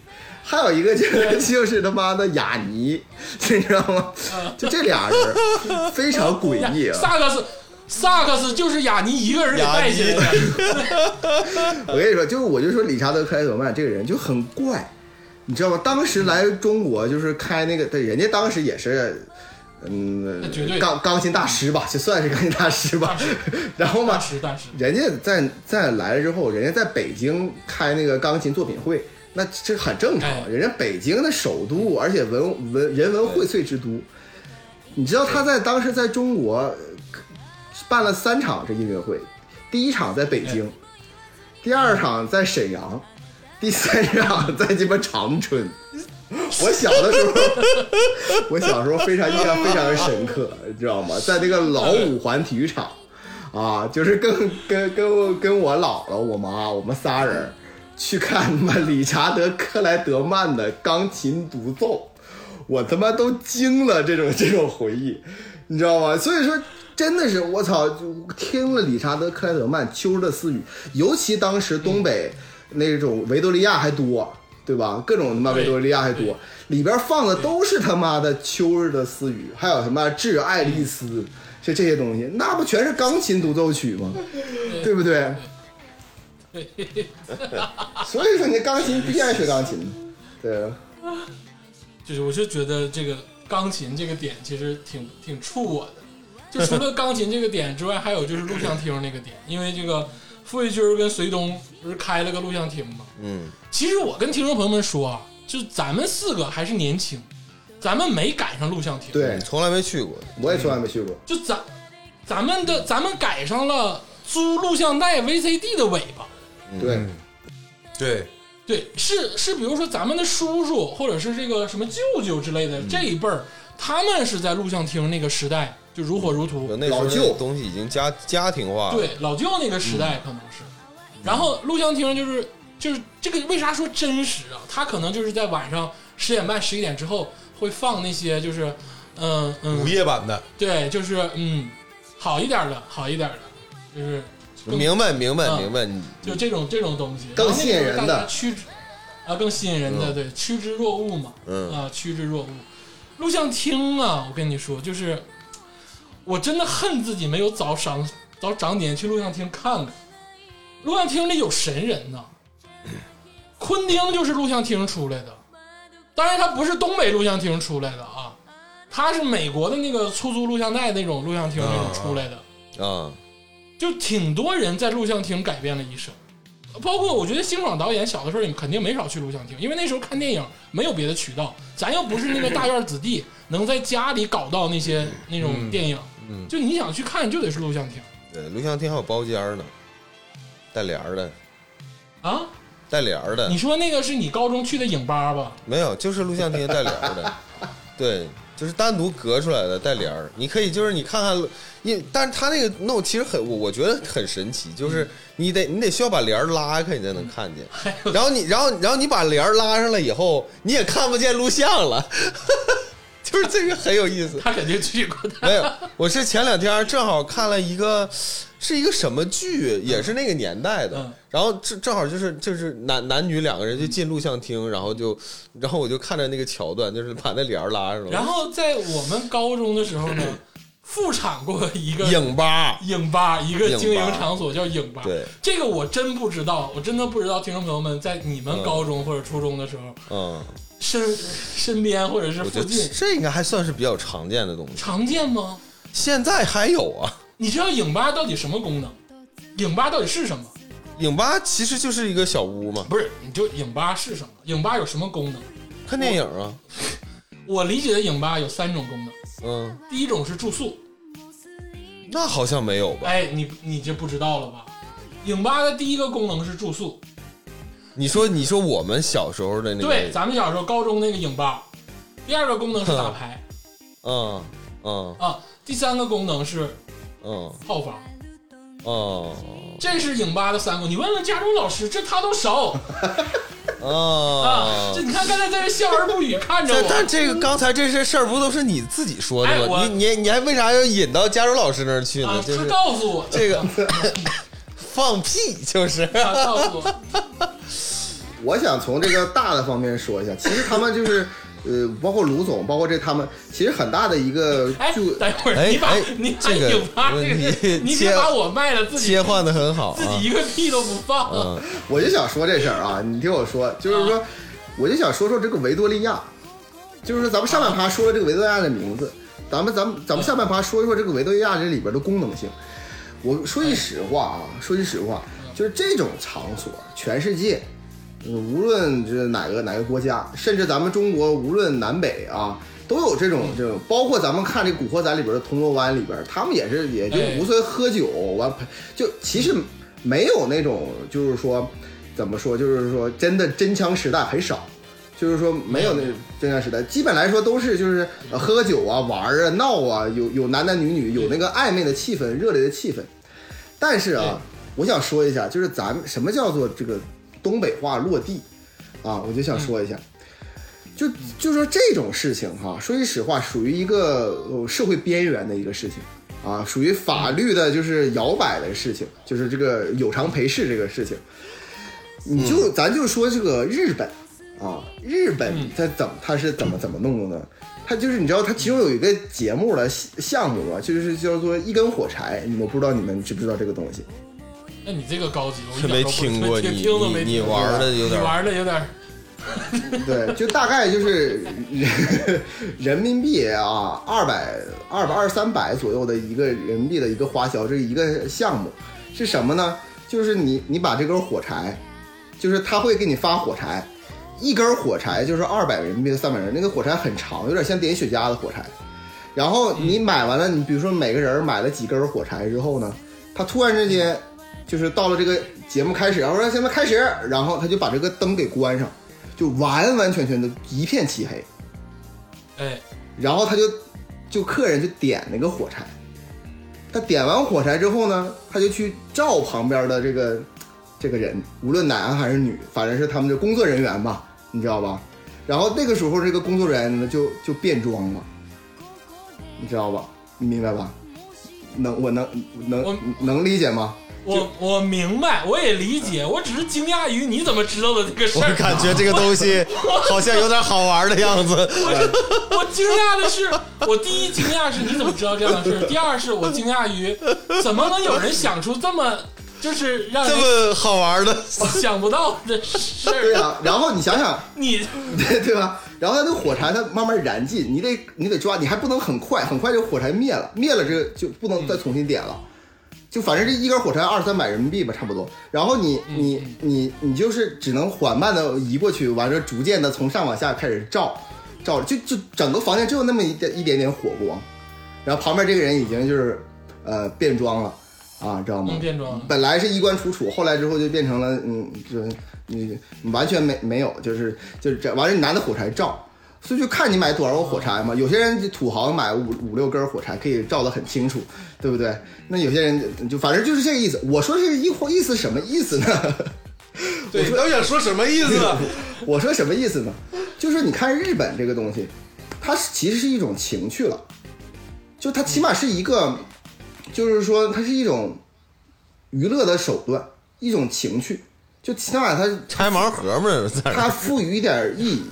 还有一个就是 就是他妈的雅尼，你知道吗？就这俩人非常诡异啊！
萨克斯，萨克斯就是雅尼一个人给带起来 的。
我跟你说，就是我就说理查德克莱德曼这个人就很怪，你知道吗？当时来中国就是开那个，对，人家当时也是嗯
那绝对，
钢钢琴大师吧，就算是钢琴大师吧
大。师，
然后
大
嘛，
师，大师，
人家在在来了之后，人家在北京开那个钢琴作品会，那这很正常
哎。
人家北京的首都，而且文文人文荟萃之都，你知道他在当时在中国呃办了三场这音乐会，第一场在北京，第二场在沈阳，第三场在鸡巴长春。我小的时候，我小时候非常印象非常深刻，你知道吗？在那个老五环体育场，啊，就是跟跟跟我跟我姥姥、我妈，我们仨人儿去看他妈 理查德·克莱德曼的钢琴独奏，我他妈都惊了，这种这 种回忆，你知道吗？所以说。真的是我操！就听了理查德·克莱德曼《秋日的私语》，尤其当时东北那种维多利亚还多，对吧？各种他妈维多利亚还多，里边放的都是他妈的《秋日的私语》，还有什么《致爱丽丝》这这些东西，那不全是钢琴独奏曲吗？对不 对？所以说，你钢琴必然学钢琴，对，
就是我就觉得这个钢琴这个点其实挺挺触我的，就除了钢琴这个点之外，还有就是录像厅那个点，因为这个傅艺军儿跟隋东不是开了个录像厅吗？
嗯，
其实我跟听众朋友们说啊，就咱们四个还是年轻，咱们没赶上录像厅，，
对
嗯从来没去过，
我也从来没去过。
就咱咱们的咱们赶上了租录像带 VCD 的尾巴，
嗯
对，
对，
对，是是，比如说咱们的叔叔或者是这个什么舅舅之类
嗯
的、这一辈儿，他们是在录像厅那个时代就如火如荼，
那时候
老舅
东西已经家家庭化了，
对老舅那个时代
嗯
可能是，然后录像厅就是就是这个为啥说真实啊？他可能就是在晚上十点半十一点之后会放那些就是嗯
午
嗯
夜版的，
对，就是嗯好一点的好一点的，就是更
明白明白
嗯
明白，你
就这种这种东西，
更
然后那个
吸引
时候大
人的
家趋之啊，更吸引人的，
嗯
对，趋之若鹜嘛，
嗯
啊，趋之若鹜。录像厅啊，我跟你说，就是我真的恨自己没有早赏早长点去录像厅看看。录像厅里有神人呐，昆汀就是录像厅出来的，当然他不是东北录像厅出来的啊，他是美国的那个出租录像带那种录像厅那种出来的。
啊，
就挺多人在录像厅改变了一生，包括我觉得辛爽导演小的时候，你肯定没少去录像厅，因为那时候看电影没有别的渠道，咱又不是那个大院子 弟，能在家里搞到那些那种电影，
嗯
就你想去看就得是录像厅
对，录像厅还有包间儿呢，带帘儿的，
啊。
带帘儿的
你，说那个是你高中去的影吧吧？
没有，就是录像厅带帘儿的，对，就是单独隔出来的带帘儿。你可以就是你看看，因但是他那个弄其实很，我我觉得很神奇，就是你得你得需要把帘儿拉开，你才能看见。然后你然后然后你把帘儿拉上了以后，你也看不见录像了， 就是这个很有 意思。
他肯定去过的。
没有，我是前两天正好看了一个，是一个什么剧，也是那个年代的。
嗯
然后正正好就是就是男男女两个人就进录像厅，然后就然后我就看着那个桥段，就是把那帘儿拉上了，
然后在我们高中的时候 呢，复产过一个
影吧，
影吧，一个
影吧
经营场所叫影吧。
对，
这个我真不知道，我真的不知道听众朋友们在你们高中或者初中的时候，
嗯，
身身边或者是
我
附
觉得
近
这应该还算是比较常见的东西，
常见吗？
现在还有啊。
你知道影吧到底什么功能？影吧到底是什么？
影吧其实就是一个小屋嘛，
不是，你就影吧是什么？影吧有什么功能？
看电影啊，
我理解的影吧有三种功能，
嗯，
第一种是住宿，
那好像没有吧？
哎，你你这不知道了吧？影吧的第一个功能是住宿，
你说你说我们小时候的那个，
对，咱们小时候高中那个影吧，第二个功能是打牌
嗯嗯
啊，第三个功能是
嗯
泡房。
嗯。
这是影吧的三个，你问问家中老师，这他都熟啊
啊！
这你看刚才在这笑而不语，看着
但但
我，
这个刚才这些事儿不都是你自己说
哎
的
我
吗？你你你还为啥要引到加州老师那儿去
啊，
呢？就
他
是
告诉我，
这个放屁，就是
他告诉我，
我想从这个大的方面说一下，其实他们就是，呃，包括卢总，包括这他们，其实很大的一个
哎，
就
等一会儿
哎
你把
哎
你把
这个
影吧这个，
你
你别
切啊
把我卖了，自己
切换的很好
自
啊
己。一个屁都不放，
嗯，
我就想说这事儿啊，你听我说，就是
啊
说，
啊
我就想说说这个维多利亚，就是说咱们上半趴说了这个维多利亚的名字，咱们咱们咱们下半趴说一说这个维多利亚这里边的功能性。我说句实话啊，说句实话，就是这种场所，全世界，呃无论这哪个哪个国家，甚至咱们中国，无论南北啊，都有这种这种，包括咱们看这《古惑仔》里边的铜锣湾里边，他们也是也就
哎
无所谓喝酒完，就其实没有那种就是说怎么说，就是说真的真枪实弹很少。就是说没有那真枪实弹，基本来说都是就是呃喝个酒啊、玩儿啊、闹啊，有有男男女女，有那个暧昧的气氛、热烈的气氛。但是啊，我想说一下，就是咱们什么叫做这个东北话落地啊？我就想说一下，就就说这种事情哈、说句实话，属于一个呃社会边缘的一个事情。啊，属于法律的，就是摇摆的事情，就是这个有偿陪侍这个事情。你就、咱就说这个日本啊，日本
嗯
它怎么它是怎么怎么弄的呢？它就是你知道，它其中有一个节目了项目啊，就是叫做一根火柴。我不知道你们知不知道这个东西？
那你这个高级，我一
是
点
没
都不
听过
听
你
听都
你
没
你
听过
玩的有
你
点儿
玩的有点儿
对，就大概就是人 民币啊，二百二百二三百左右的一个人民币的一个花销，这一个项目是什么呢？就是你你把这根火柴，就是他会给你发火柴，一根火柴就是二百人民币三百人，那个火柴很长，有点像点雪茄的火柴。然后你买完了，你比如说每个人买了几根火柴之后呢，他突然之间就是到了这个节目开始，然后说现在开始，然后他就把这个灯给关上。就完完全全的一片漆黑，
哎，
然后他就就客人就点那个火柴，他点完火柴之后呢，他就去照旁边的这个这个人，无论男还是女，反正是他们的工作人员吧，你知道吧？然后那个时候这个工作人员呢就就变装了，你知道吧？你明白吧？能我能
我
能能理解吗？
我我明白，我也理解，我只是惊讶于你怎么知道的这个事
我
儿。
感觉这个 东西好像有点好玩的样子。
我惊讶的是，我第一惊讶是你怎么知道这样的事儿，第二是我惊讶于怎么能有人想出这么就是让
这
人
么好玩的，
想不到的事
对
儿。啊
呀、然后你想想，
你
对对吧？然后它那个火柴它慢慢燃尽，你得你得抓，你还不能很快，很快这火柴灭了，灭了这个就不能再重新点了。就反正这一根火柴二三百人民币吧，差不多。然后你你你你就是只能缓慢的移过去，完了逐渐的从上往下开始照，照就就整个房间只有那么一点一点点火光，然后旁边这个人已经就是呃变装了啊，知道吗
能？嗯变装？
本来是衣冠楚楚，后来之后就变成了嗯，就是你你完全没没有，就是就是这完了，你拿那火柴照，所以就看你买多少个火柴
嗯
嘛。有些人就土豪买五五六根火柴可以照得很清楚，对不对？那有些人就反正就是这个意思。我说这个意意思什么意思呢？
对，导演说什么意思？
我说什么意思呢？就是你看日本这个东西，它是其实是一种情趣了，就它起码是一个，就是说它是一种娱乐的手段，一种情趣，就起码它
拆盲盒嘛，在那儿
它赋予一点意义。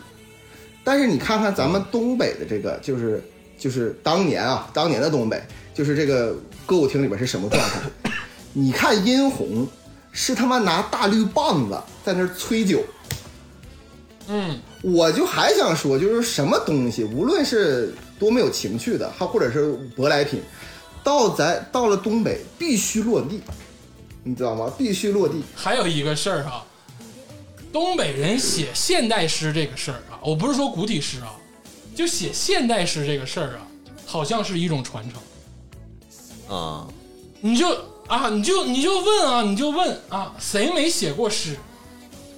但是你看看咱们东北的这个，就是就是当年啊，当年的东北，就是这个歌舞厅里边是什么状态？ 你看殷红是他妈拿大绿棒子在那儿吹酒。
嗯，
我就还想说，就是什么东西，无论是多么有情趣的，还或者是舶来品，到咱到了东北必须落地，你知道吗？必须落地。
还有一个事儿啊，东北人写现代诗这个事儿啊，我不是说古体诗啊，就写现代诗这个事儿啊，好像是一种传承。
啊，
你就啊，你就你就问啊，你就问啊，谁没写过诗？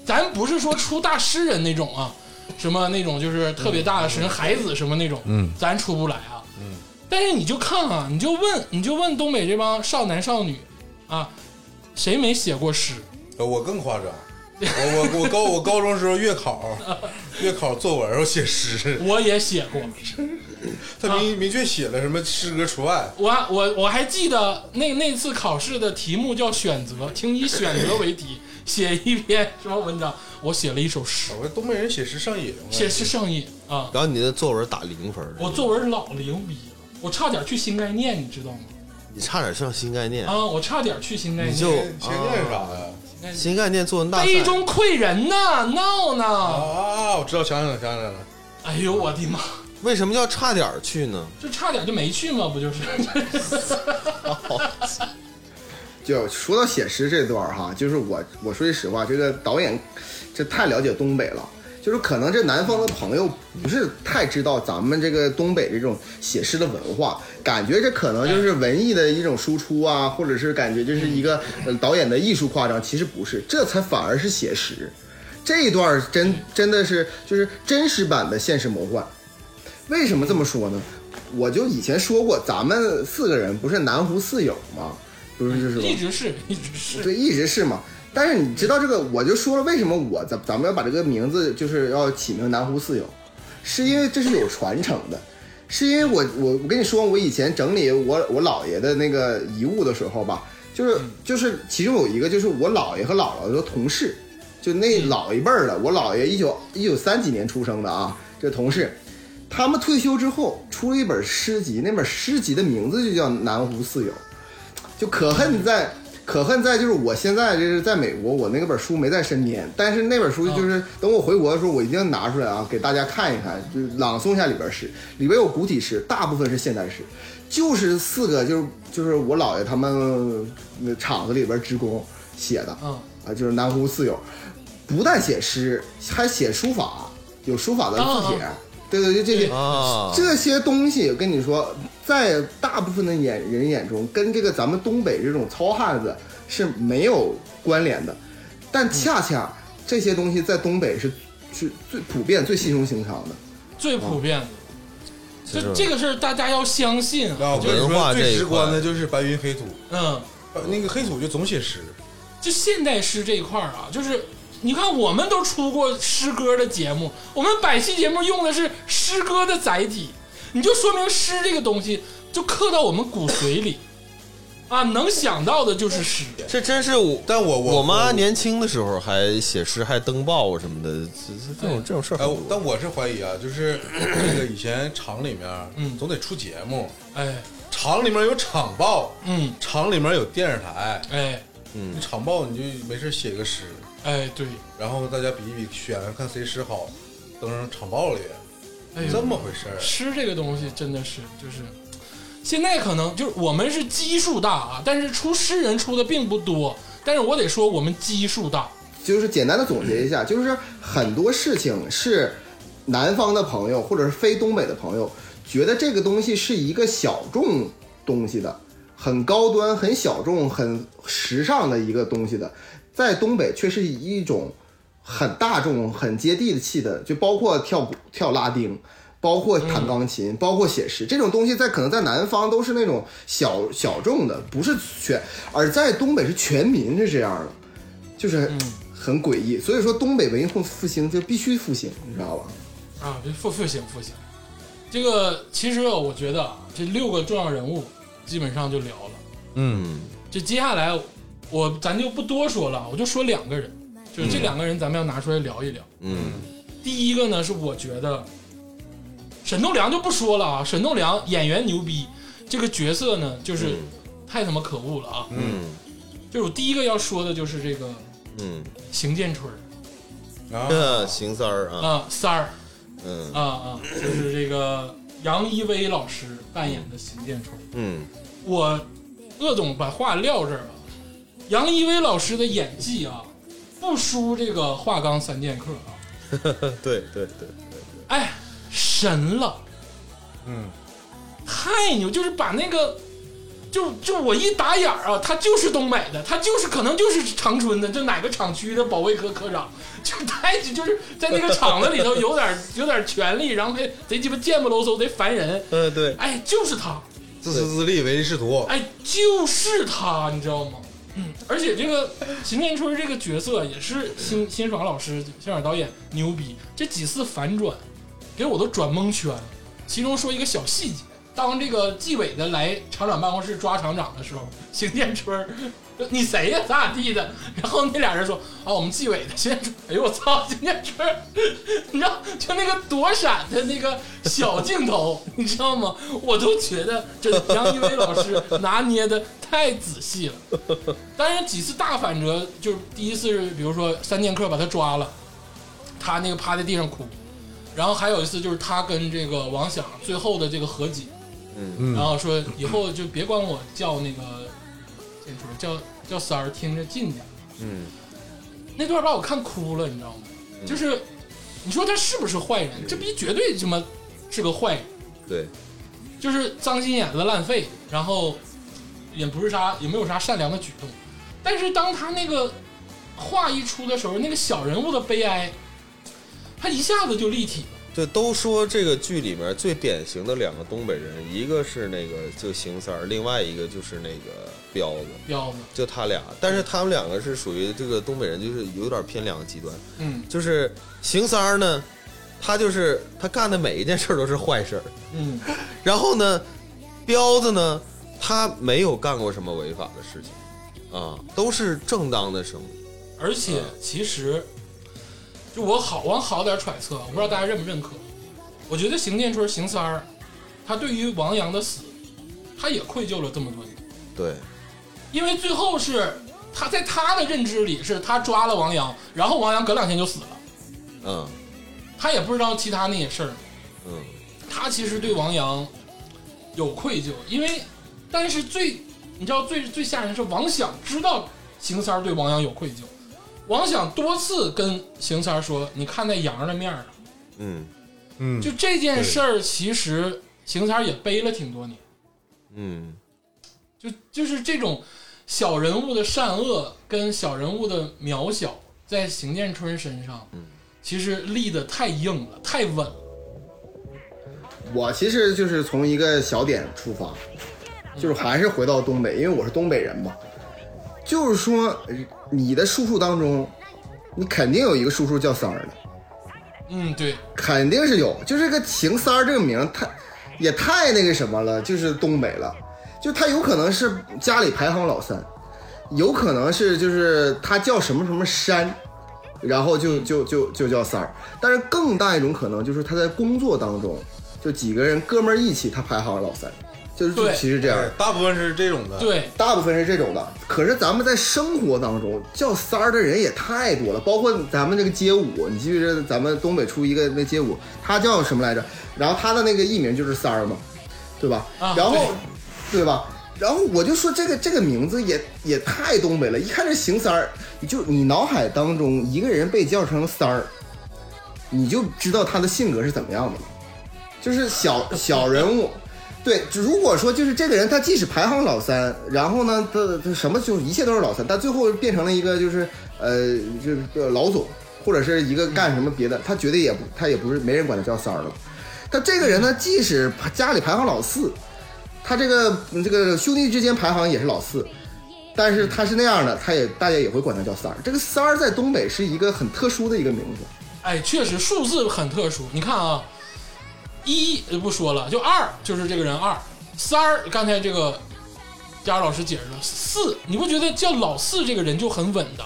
咱不是说出大诗人那种啊，什么那种就是特别大的诗人，海子什么那种，嗯，咱出不来啊。嗯，但是你就看啊，你就问，你就问东北这帮少男少女啊，谁没写过诗？
呃 我更夸张，我我我高我高中时候月 考，月考作文我写诗，
我也写过，
他明明确写了什么诗歌除外，
我我我还记得那那次考试的题目叫选择，请以选择为题，写一篇什么文章，我写了一首 诗，
我东北人写诗上瘾，我
写诗上瘾啊。
然后你的作文打零分，
我作文老牛逼了，我差点去新概念，你知道吗？
你差点上新概念，
啊，我差点去新概
你
念，
就
先先念啥呀？
新概念作文大赛
杯中窥人呐，闹
啊
呢！
哦啊！啊我知道，想起来了，想起来了，
哎呦我的妈！
为什么叫差点儿去呢？
就差点就没去嘛，不就是？
就说到写诗这段儿哈，就是我我说句实话，这个导演这太了解东北了，就是可能这南方的朋友不是太知道咱们这个东北这种写诗的文化，感觉这可能就是文艺的一种输出啊，或者是感觉就是一个呃导演的艺术夸张，其实不是，这才反而是写实。这一段儿真真的是就是真实版的现实魔幻。为什么这么说呢？我就以前说过，咱们四个人不是南湖四友吗？不是就是 说
一直是，一直是。
对，一直是嘛。但是你知道这个，我就说了，为什么我咱咱们要把这个名字就是要起名南湖四友，是因为这是有传承的，是因为我我我跟你说，我以前整理我我姥爷的那个遗物的时候吧，就是就是其中有一个就是我姥爷和姥姥的同事，就那老一辈儿的，我姥爷一九一九三几年出生的啊，这同事，他们退休之后出了一本诗集，那本诗集的名字就叫《南湖四友》。就可恨在，可恨在就是我现在就是在美国，我那个本书没在身边，但是那本书就是等我回国的时候，我一定要拿出来啊，给大家看一看，就是朗诵一下里边诗，里边有古体诗，大部分是现代诗，就是四个就是就是我姥爷他们呃厂子里边职工写的
嗯，
啊，就是南湖四友，不但写诗，还写书法，有书法的字帖，对对对，这些
啊，
这些东西，我跟你说，在大部分的眼人眼中，跟这个咱们东北这种糙汉子是没有关联的，但恰恰这些东西在东北是是最普遍、最稀松平常的。
最普遍的。
嗯其实
这这个事儿大家要相信啊，
啊，我跟你
文化
说，
这一
最直观
块
的就是白云黑土，
嗯，
呃那个黑土就总写诗，
就现代诗这一块儿啊，就是你看我们都出过诗歌的节目，我们百期节目用的是诗歌的载体，你就说明诗这个东西就刻到我们骨髓里啊，能想到的就是诗。
这真是我。
但我
我
我
妈年轻的时候还写诗，还登报啊什么的，这这这种这种事儿
哎
很，多。
但我是怀疑啊，就是那个以前厂里面，
嗯
总得出节目，
哎，
厂里面有厂报，
嗯，
厂里面有电视台，
哎，
你厂报你就没事写个诗，
哎，对，
然后大家比一比，选看谁诗好，登上厂报里，
哎
这
呦，
么回事儿。
诗这个东西真的是就是。现在可能就是我们是基数大啊，但是出诗人出的并不多，但是我得说我们基数大，
就是简单的总结一下，就是很多事情是南方的朋友或者是非东北的朋友觉得这个东西是一个小众东西的，很高端、很小众、很时尚的一个东西的，在东北却是一种很大众、很接地气的，就包括跳舞跳拉丁。包括弹钢琴，包括写诗，这种东西在可能在南方都是那种小小众的，不是全，而在东北是全民是这样的。就是很诡异。所以说，东北文艺复复兴就必须复兴，你知道吧？
啊，这复复兴复兴。这个其实我觉得啊，这六个重要人物基本上就聊了。
嗯，
这接下来我咱就不多说了，我就说两个人，就是这两个人咱们要拿出来聊一聊。
嗯，
第一个呢是我觉得沈栋梁就不说了啊，沈栋梁演员牛逼，这个角色呢就是太他妈可恶了啊！
嗯
就是我第一个要说的就是这个
嗯，
邢建春儿
啊，
这邢三儿啊，
啊三儿
嗯
啊啊，就是这个杨一威老师扮演的邢建春儿。
嗯
我鄂总把话撂这儿了。杨一威老师的演技啊，不输这个华冈三剑客啊，
嗯，对对对，
哎，神了，
嗯，
太牛！就是把那个，就就我一打眼儿啊，他就是东北的，他就是可能就是长春的，就哪个厂区的保卫科科长， 就太就是在那个厂子里头 有点有点权力，然后还贼鸡巴贱不喽嗖，贼烦人。
嗯对，
哎，就是他，
自私自利，唯利是图。
哎，就是他，你知道吗？嗯，而且这个邢建春这个角色也是辛辛爽老师、辛爽导演牛逼，这几次反转给我都转蒙圈了。其中说一个小细节，当这个纪委的来厂长办公室抓厂长的时候，邢建春儿说：“你谁呀、咋咋地的？”然后那俩人说：“啊，我们纪委的。”邢建春，哎呦我操！邢建春儿，你知道就那个躲闪的那个小镜头， 你知道吗？我都觉得这杨一威老师拿捏的太仔细了。当然几次大反折，就是第一次是比如说三剑客把他抓了，他那个趴在地上哭。然后还有一次就是他跟这个王响最后的这个合集，
嗯
然后说以后就别管我叫那个，这什么叫叫三儿，听着近点儿。
嗯，
那段把我看哭了，你知道吗？就是你说他是不是坏人？这逼绝对他妈是个坏人，
对，
就是脏心眼子烂肺，然后也不是啥，也没有啥善良的举动。但是当他那个话一出的时候，那个小人物的悲哀，他一下子就立体了。
这都说这个剧里面最典型的两个东北人，一个是那个就邢三儿，另外一个就是那个彪子，
彪子，
就他俩。但是他们两个是属于这个东北人，就是有点偏两个极端。
嗯
就是邢三儿呢，他就是他干的每一件事儿都是坏事儿，
嗯
然后呢，彪子呢，他没有干过什么违法的事情，啊，都是正当的生活。
而且其实，就我好往好点揣测，我不知道大家认不认可。我觉得邢建春、邢三儿，他对于王阳的死，他也愧疚了这么多年，
对，
因为最后是他在他的认知里是他抓了王阳，然后王阳隔两天就死了，
嗯
他也不知道其他那些事儿。
嗯，
他其实对王阳有愧疚，因为但是最你知道最最吓人是王想知道邢三儿对王阳有愧疚，王想多次跟邢三儿说：“你看在阳儿的面儿上。
嗯
嗯”
就这件事儿，其实邢三儿也背了挺多年，
嗯，
就就是这种小人物的善恶跟小人物的渺小，在邢建春身上，其实立的太硬了，太稳了。
我其实就是从一个小点出发，就是还是回到东北，因为我是东北人嘛。就是说，呃你的叔叔当中，你肯定有一个叔叔叫三儿的，
嗯，对，
肯定是有。就是这个邢三儿这个名儿太，也太那个什么了，就是东北了。就他有可能是家里排行老三，有可能是就是他叫什么什么山，然后就就就就叫三儿。但是更大一种可能就是他在工作当中，就几个人哥们儿一起，他排行老三，就是就
对
其实这样。
对大部分是这种的，
对，
大部分是这种的。可是咱们在生活当中叫三儿的人也太多了，包括咱们这个街舞，你记不记得咱们东北出一个那街舞，他叫什么来着？然后他的那个艺名就是三儿嘛，对吧？
啊
然后对吧？然后我就说这个这个名字也也太东北了，一看这邢三儿，你就你脑海当中一个人被叫成三儿，你就知道他的性格是怎么样的了。就是小小人物，对，如果说就是这个人，他即使排行老三，然后呢，他他什么就一切都是老三，但最后变成了一个就是呃，就是呃老总或者是一个干什么别的，他绝对也不他也不是没人管他叫三儿了。但这个人呢，即使家里排行老四，他这个嗯这个兄弟之间排行也是老四，但是他是那样的，他也大家也会管他叫三儿。这个三儿在东北是一个很特殊的一个名字。
哎，确实数字很特殊。你看啊，一呃不说了，就二就是这个人二，三儿刚才这个佳儿老师解释了，四你不觉得叫老四这个人就很稳的？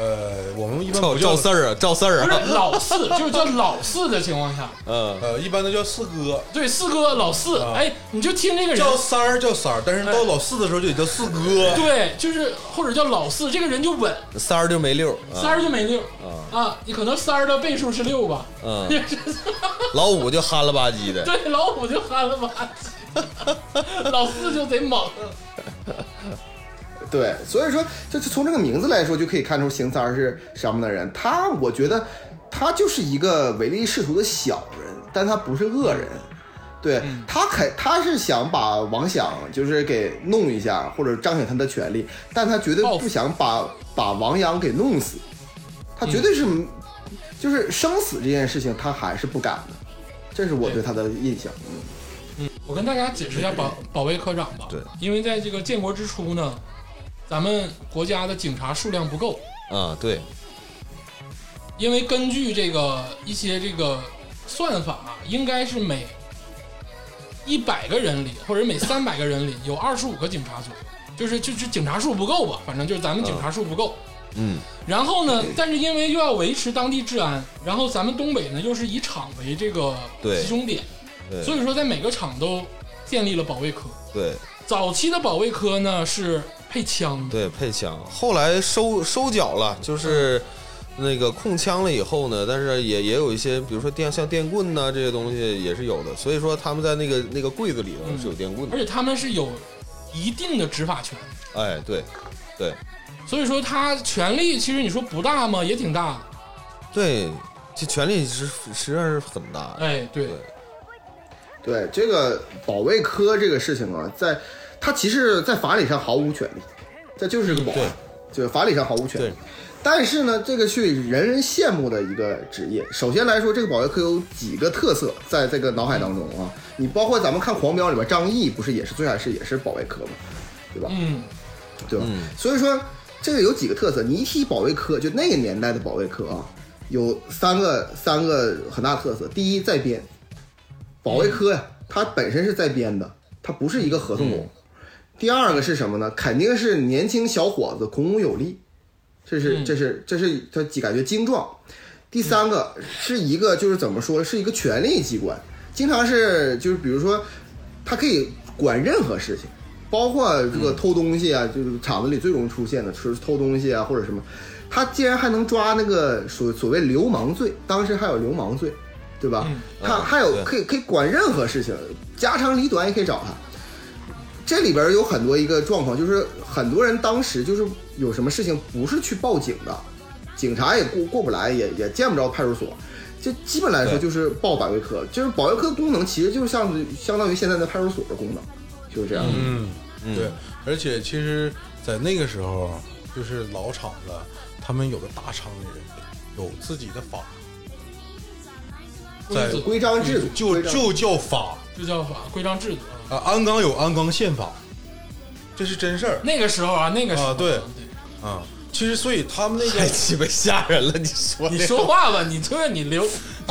呃，我们一般
赵
不
赵
叫
四儿啊，赵四儿
不
啊，
是老四，就是叫老四的情况下，
嗯，
呃，一般都叫四哥，
对四哥老四，
啊
哎，你就听这个人
叫，三儿叫三儿，但是到老四的时候就得叫四哥。
对，就是或者叫老四，这个人就稳，
啊
三儿就没溜儿，
三儿就没六
啊，
啊，你可能三儿的倍数是六吧，
啊
嗯，老五就憨了吧唧的，
对，老五就憨了 吧唧，老四就得猛，
对，所以说，就就从这个名字来说，就可以看出邢三儿是什么样的人。他，我觉得他就是一个唯利是图的小人，但他不是恶人。对
嗯
他肯，他是想把王想就是给弄一下，或者彰显他的权利，但他绝对
报复
不想把把王阳给弄死，他绝对是、
嗯
就是生死这件事情，他还是不敢的。这是我对他的印象。嗯
我跟大家解释一下 保保卫科长吧。
对，
因为在这个建国之初呢，咱们国家的警察数量不够，
啊，对，
因为根据这个一些这个算法啊，应该是每一百个人里或者 每三百个人里有二十五个警察左右，就是就是警察数不够吧，反正就是咱们警察数不够。
嗯
然后呢，但是因为又要维持当地治安，然后咱们东北呢又是以厂为这个
对
集中点，
对
所以说在每个厂都建立了保卫科。
对
早期的保卫科呢是配枪的，
对，配枪，后来收收缴了，就是那个控枪了以后呢，但是也也有一些，比如说电像电棍呐、这些东西也是有的，所以说他们在那个那个柜子里头
嗯
是有电棍的
而，且他们是有一定的执法权，
哎，对，对，
所以说他权力其实你说不大吗？也挺大。
对，这权力是实际上是很大的，
哎，对，
对这个保卫科这个事情啊，在他其实，在法理上毫无权利，这就是个保安，就是法理上毫无权利
对。
但是呢，这个却人人羡慕的一个职业。首先来说，这个保卫科有几个特色，在这个脑海当中啊，你包括咱们看《狂飙》里边，张译不是也是最开始也是保卫科吗？
嗯，
对吧？所以说这个有几个特色，你一提保卫科，就那个年代的保卫科啊，有三个三个很大特色。第一，在编，保卫科呀、它本身是在编的，它不是一个合同工。第二个是什么呢？肯定是年轻小伙子孔武有力，这是
嗯
这是这是他感觉精壮。第三个是一个就是怎么说，是一个权力机关，经常是就是比如说，他可以管任何事情，包括这个偷东西啊，
嗯
就是厂子里最容易出现的，就是偷东西啊或者什么，他竟然还能抓那个所所谓流氓罪，当时还有流氓罪，对吧？
嗯
他
嗯
还有
对
可以可以管任何事情，家长里短也可以找他。这里边有很多一个状况，就是很多人当时就是有什么事情不是去报警的，警察也过过不来，也也见不着派出所，这基本来说
对
就是报保卫科，就是保卫科功能其实就是像相当于现在的派出所的功能，就是这样。
嗯，
嗯
对，而且其实，在那个时候，就是老厂子，他们有的大厂里人有自己的法，
规
在
则
规章制度
就
规章
就叫法
就叫法规章制度啊。
啊。鞍钢有鞍钢宪法，这是真事儿
那个时候啊，那个时候、
啊对啊。其实，所以他们那
太
个
鸡巴吓人 了，你说
你说话吧，你就是你留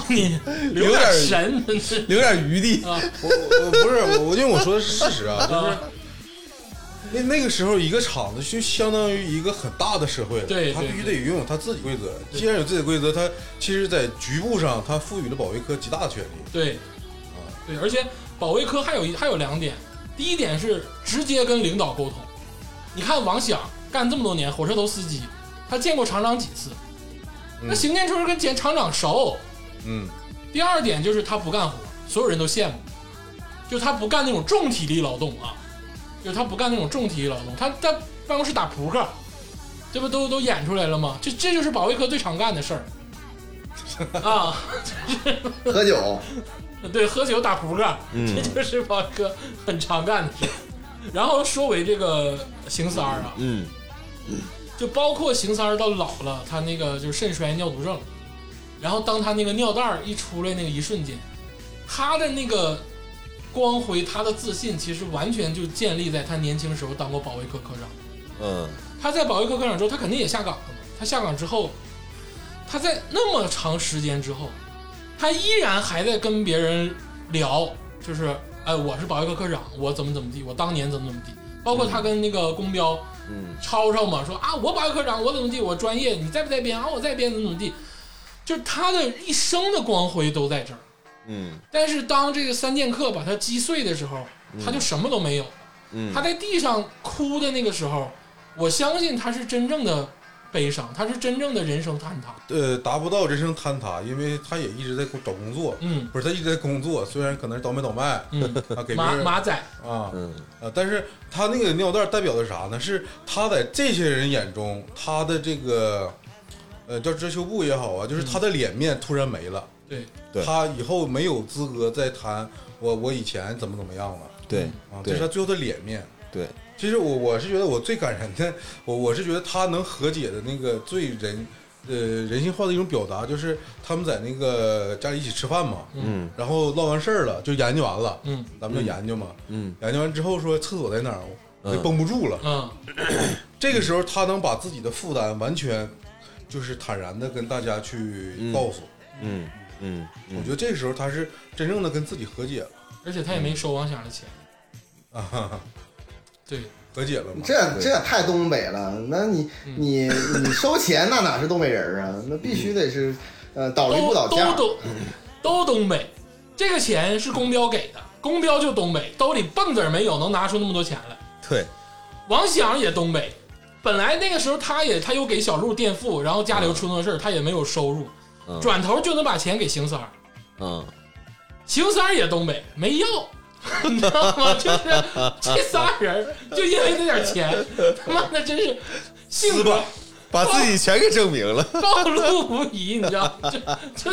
你留
点
点
儿
神，真是
留点余地，
啊，
我我不是我，我因为我说的是事实 啊，就是
啊
那那个时候一个厂子就相当于一个很大的社会了，
对
他
对
必须得拥有他自己规则。既然有自己的规则，他其实，在局部上，他赋予了保卫科极大的权利。
对，对，而且保卫科还有一还有两点，第一点是直接跟领导沟通。你看王响干这么多年火车头司机，他见过厂长几次？那邢建春跟简厂长熟。
嗯，
第二点就是他不干活，所有人都羡慕，就他不干那种重体力劳动啊，就是他不干那种重体力劳动，他在办公室打扑克，这不都都演出来了吗？这这就是保卫科最常干的事儿啊。
喝酒，
对，喝酒打扑克，
嗯
这 就是宝哥很常干的事。然后说回这个邢三儿啊，
嗯，
就包括邢三儿到老了，他那个就是肾衰尿毒症，然后当他那个尿袋儿一出来那个一瞬间，他的那个光辉，他的自信，其实完全就建立在他年轻时候当过保卫科科长。
嗯，
他在保卫科科长之后，他肯定也下岗了嘛。他下岗之后，他在那么长时间之后，他依然还在跟别人聊，就是哎，我是保卫科科长，我怎么怎么地，我当年怎么怎么地。包括他跟那个公标，
嗯，
吵吵嘛，说啊，我保卫科长，我怎么地，我专业，你在不在编啊？我在编，怎么怎么地，就是他的一生的光辉都在这儿。
嗯，
但是当这个三剑客把他击碎的时候，他就什么都没有了。
嗯，
他在地上哭的那个时候，我相信他是真正的悲伤，他是真正的人生坍塌。
呃，达不到人生坍塌，因为他也一直在找工作，
嗯
不是他一直在工作，虽然可能是倒卖倒卖
嗯，
啊， 给别
马
人
马仔，
啊
嗯，
啊，但是他那个尿袋代表的啥呢？是他在这些人眼中，他的这个呃叫遮羞布也好啊，就是
嗯
他的脸面突然没了，
对
对
他以后没有资格再谈我我以前怎么怎么样了
对
啊，这
对
是他最后的脸面。
对，
其实我我是觉得我最感人的， 我我是觉得他能和解的那个最人呃人性化的一种表达，就是他们在那个家里一起吃饭嘛，
嗯
然后唠完事儿了就研究完了，
嗯
咱们就研究嘛，
嗯
研究完之后说厕所在哪儿，我就
嗯
绷不住了。
嗯，
这个时候他能把自己的负担完全就是坦然的跟大家去告诉，
嗯嗯
我
嗯
觉得这个时候他是真正的跟自己和解了
而且他也没收王响的 钱。
啊哈哈，
对，
和解了嘛。
这这也太东北了。那你你你收钱，那哪是东北人啊？那必须得是呃倒驴不
都
倒
都
架。
都都东北，这个钱是公标给的，公标就东北，兜里蹦子儿没有，能拿出那么多钱来。
对，
王响也东北，本来那个时候他也他又给小鹿垫付，然后家里又出那事儿，他也没有收入，
嗯
转头就能把钱给邢三儿，
嗯，
邢三儿也东北没要。你知道吗？就是这仨人儿就因为那点钱，他妈的真是性格
把自己全给证明了，
暴露无遗，你知道吗？就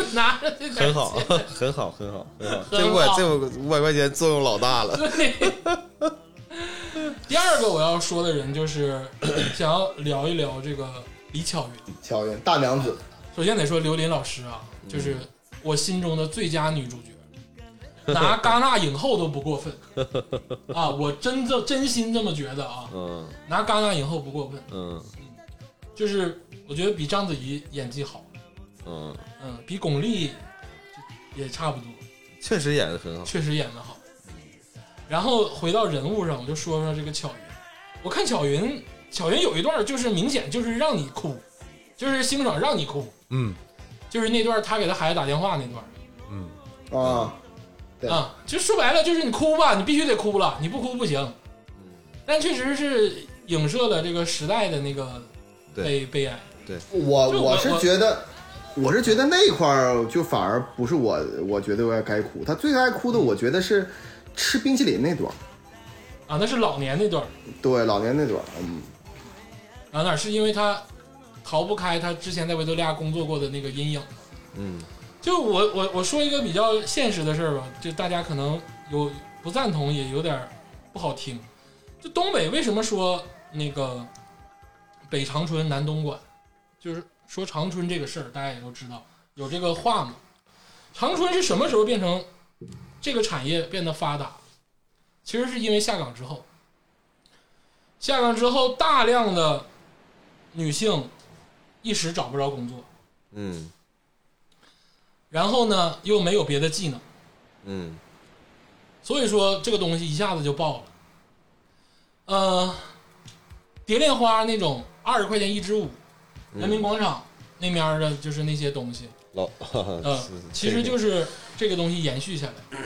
就拿着这点
很好，
钱
很好，很好，很好。
很
这五百
好
这五百块钱作用老大了。
对。 第二个我要说的人就是 想要聊一聊这个李巧云。
乔云大娘子，
首先得说刘琳老师啊，就是我心中的最佳女主角，拿戛纳影后都不过分 啊！我真的真心这么觉得啊，
嗯
拿戛纳影后不过分，
嗯
就是我觉得比章子怡演技好，
嗯，
嗯，比巩俐也差不多，
确实演的很好。
确实演的好。然后回到人物上，我就说说这个巧云。我看巧云，巧云有一段就是明显就是让你哭，就是辛爽让你哭，
嗯
就是那段他给他孩子打电话那段。
嗯
啊，对
啊，就说白了就是你哭吧，你必须得哭了，你不哭不行。但确实是影射了这个时代的那个悲
对
悲哀。
我
就我
我是觉得，我是觉得那块儿就反而不是我，我觉得我该哭。他最该哭的，我觉得是吃冰淇淋那段儿，
啊，那是老年那段儿
对老年那段儿，嗯，
啊，哪是因为他逃不开他之前在维多利亚工作过的那个阴影。
嗯
就我我我说一个比较现实的事儿吧，就大家可能有不赞同，也有点儿不好听。就东北为什么说那个北长春南东莞，就是说长春这个事儿，大家也都知道有这个话嘛。长春是什么时候变成这个产业变得发达？其实是因为下岗之后，下岗之后大量的女性一时找不着工作，
嗯
然后呢又没有别的技能。
嗯
所以说这个东西一下子就爆了。呃，蝶恋花那种二十块钱一支舞，人民广场那面儿的就是那些东西，
老，
呃，其实就是这个东西延续下 来，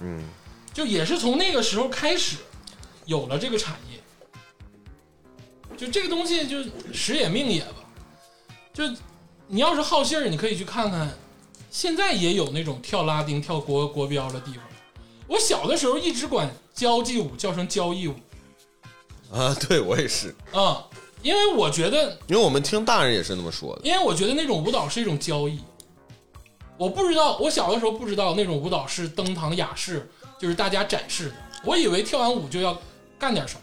嗯
就也是从那个时候开始有了这个产业。就这个东西就时也命也吧，就你要是好信儿，你可以去看看，现在也有那种跳拉丁、跳国国标的地方。我小的时候一直管交际舞叫成交谊舞
啊，对我也是，
啊、因为我觉得，
因为我们听大人也是那么说的。
因为我觉得那种舞蹈是一种交易。我不知道，我小的时候不知道那种舞蹈是登堂雅士，就是大家展示的。我以为跳完舞就要干点什么，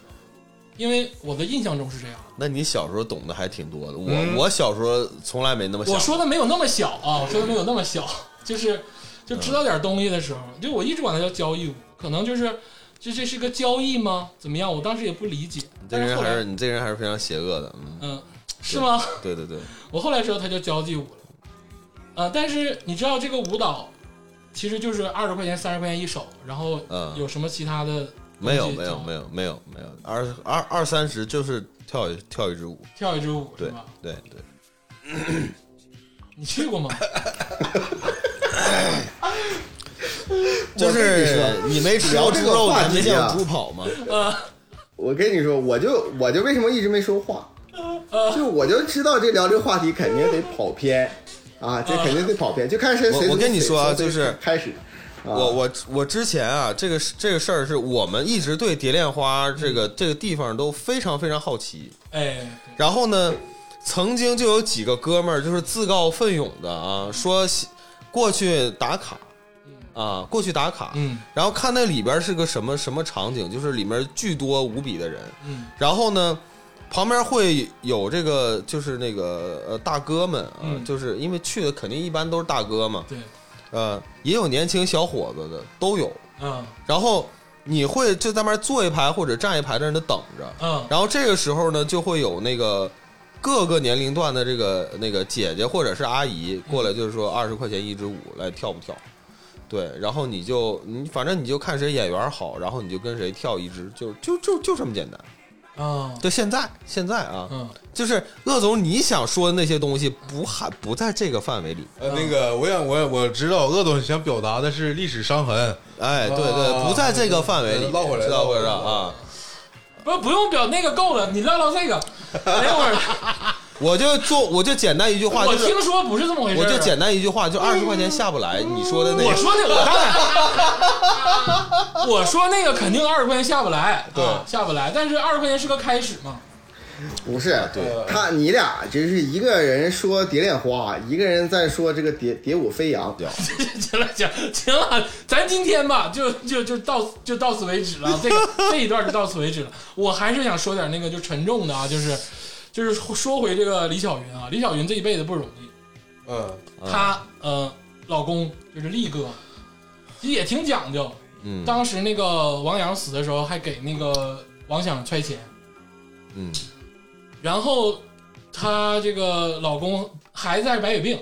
因为我的印象中是这样。
那你小时候懂得还挺多的，我、
嗯
我小时候从来没那么想。
我说的没有那么小啊，我说的没有那么小， 就是就知道点东西的时候，就我一直管它叫交易舞，可能就是这这是个交易吗？怎么样？我当时也不理解，
你这
但是
人
后
还
来
是你这人还是非常邪恶的，嗯，
嗯，是吗？
对对对，
我后来知道它叫交际舞了，呃，但是你知道这个舞蹈其实就是二十块钱、三十块钱一首，然后
嗯
有什么其他的
没有
东西
没有
叫
没有没有没有，二二二三十就是跳一跳一支舞，
跳一支舞是
对
吧？
对对，
你去过 吗？
就
我跟你
是
说
你没吃
聊
过
这
猪
个
肉，
话
咱没
题
见
啊
过猪跑吗？
我跟你说，我就我就为什么一直没说话，就我就知道这聊这话题肯定得跑偏啊，这肯定得跑偏，就看谁
我
谁。
我跟你说啊
谁
就是
开始，啊
我我我之前啊，这个是这个事儿是我们一直对蝶恋花这个、这个地方都非常非常好奇。
哎，
然后呢，曾经就有几个哥们儿就是自告奋勇的啊，说西过去打卡啊，过去打卡。
嗯
然后看那里边是个什么什么场景，就是里面巨多无比的人。
嗯
然后呢，旁边会有这个就是那个呃大哥们啊，
嗯
就是因为去的肯定一般都是大哥嘛，
对，
呃，也有年轻小伙子的都有。
嗯
然后你会就在那儿坐一排或者站一排在那儿等着，
嗯
然后这个时候呢，就会有那个各个年龄段的这个那个姐姐或者是阿姨过来，就是说二十块钱一支舞来跳不跳？对，然后你就你反正你就看谁眼缘好，然后你就跟谁跳一支，就就就就这么简单。
嗯
就现在现在啊，
嗯，
就是鄂总你想说的那些东西不还不在这个范围里。
呃，那个，我想，我我知道，鄂总想表达的是历史伤痕，
哎，对对，
啊
不在这个范围里，
绕回来
知道不知
绕回来
道啊？
不不用表那个够了，你唠唠 这个。等一会儿，
我就做，我就简单一句话，
我
就是
听说不是这么回事儿
我
啊。
就简单一句话，就二十块钱下不来。你说的那
我
个，
说那我当然， 我说那个肯定二十块钱下不来，
对
啊，下不来。但是二十块钱是个开始嘛，
不是，
啊对
他你俩真是一个人说蝶恋花，一个人在说这个蝶蝶舞飞扬。
行了行了行了，咱今天吧，就就就到就到此为止了，这个这一段就到此为止了。我还是想说点那个就沉重的啊，就是就是说回这个李小云啊，李小云这一辈子不容易，
嗯
她呃老公就是力哥，其实也挺讲究。
嗯
当时那个王阳死的时候，还给那个王想揣钱，
嗯
然后她这个老公还在白血病，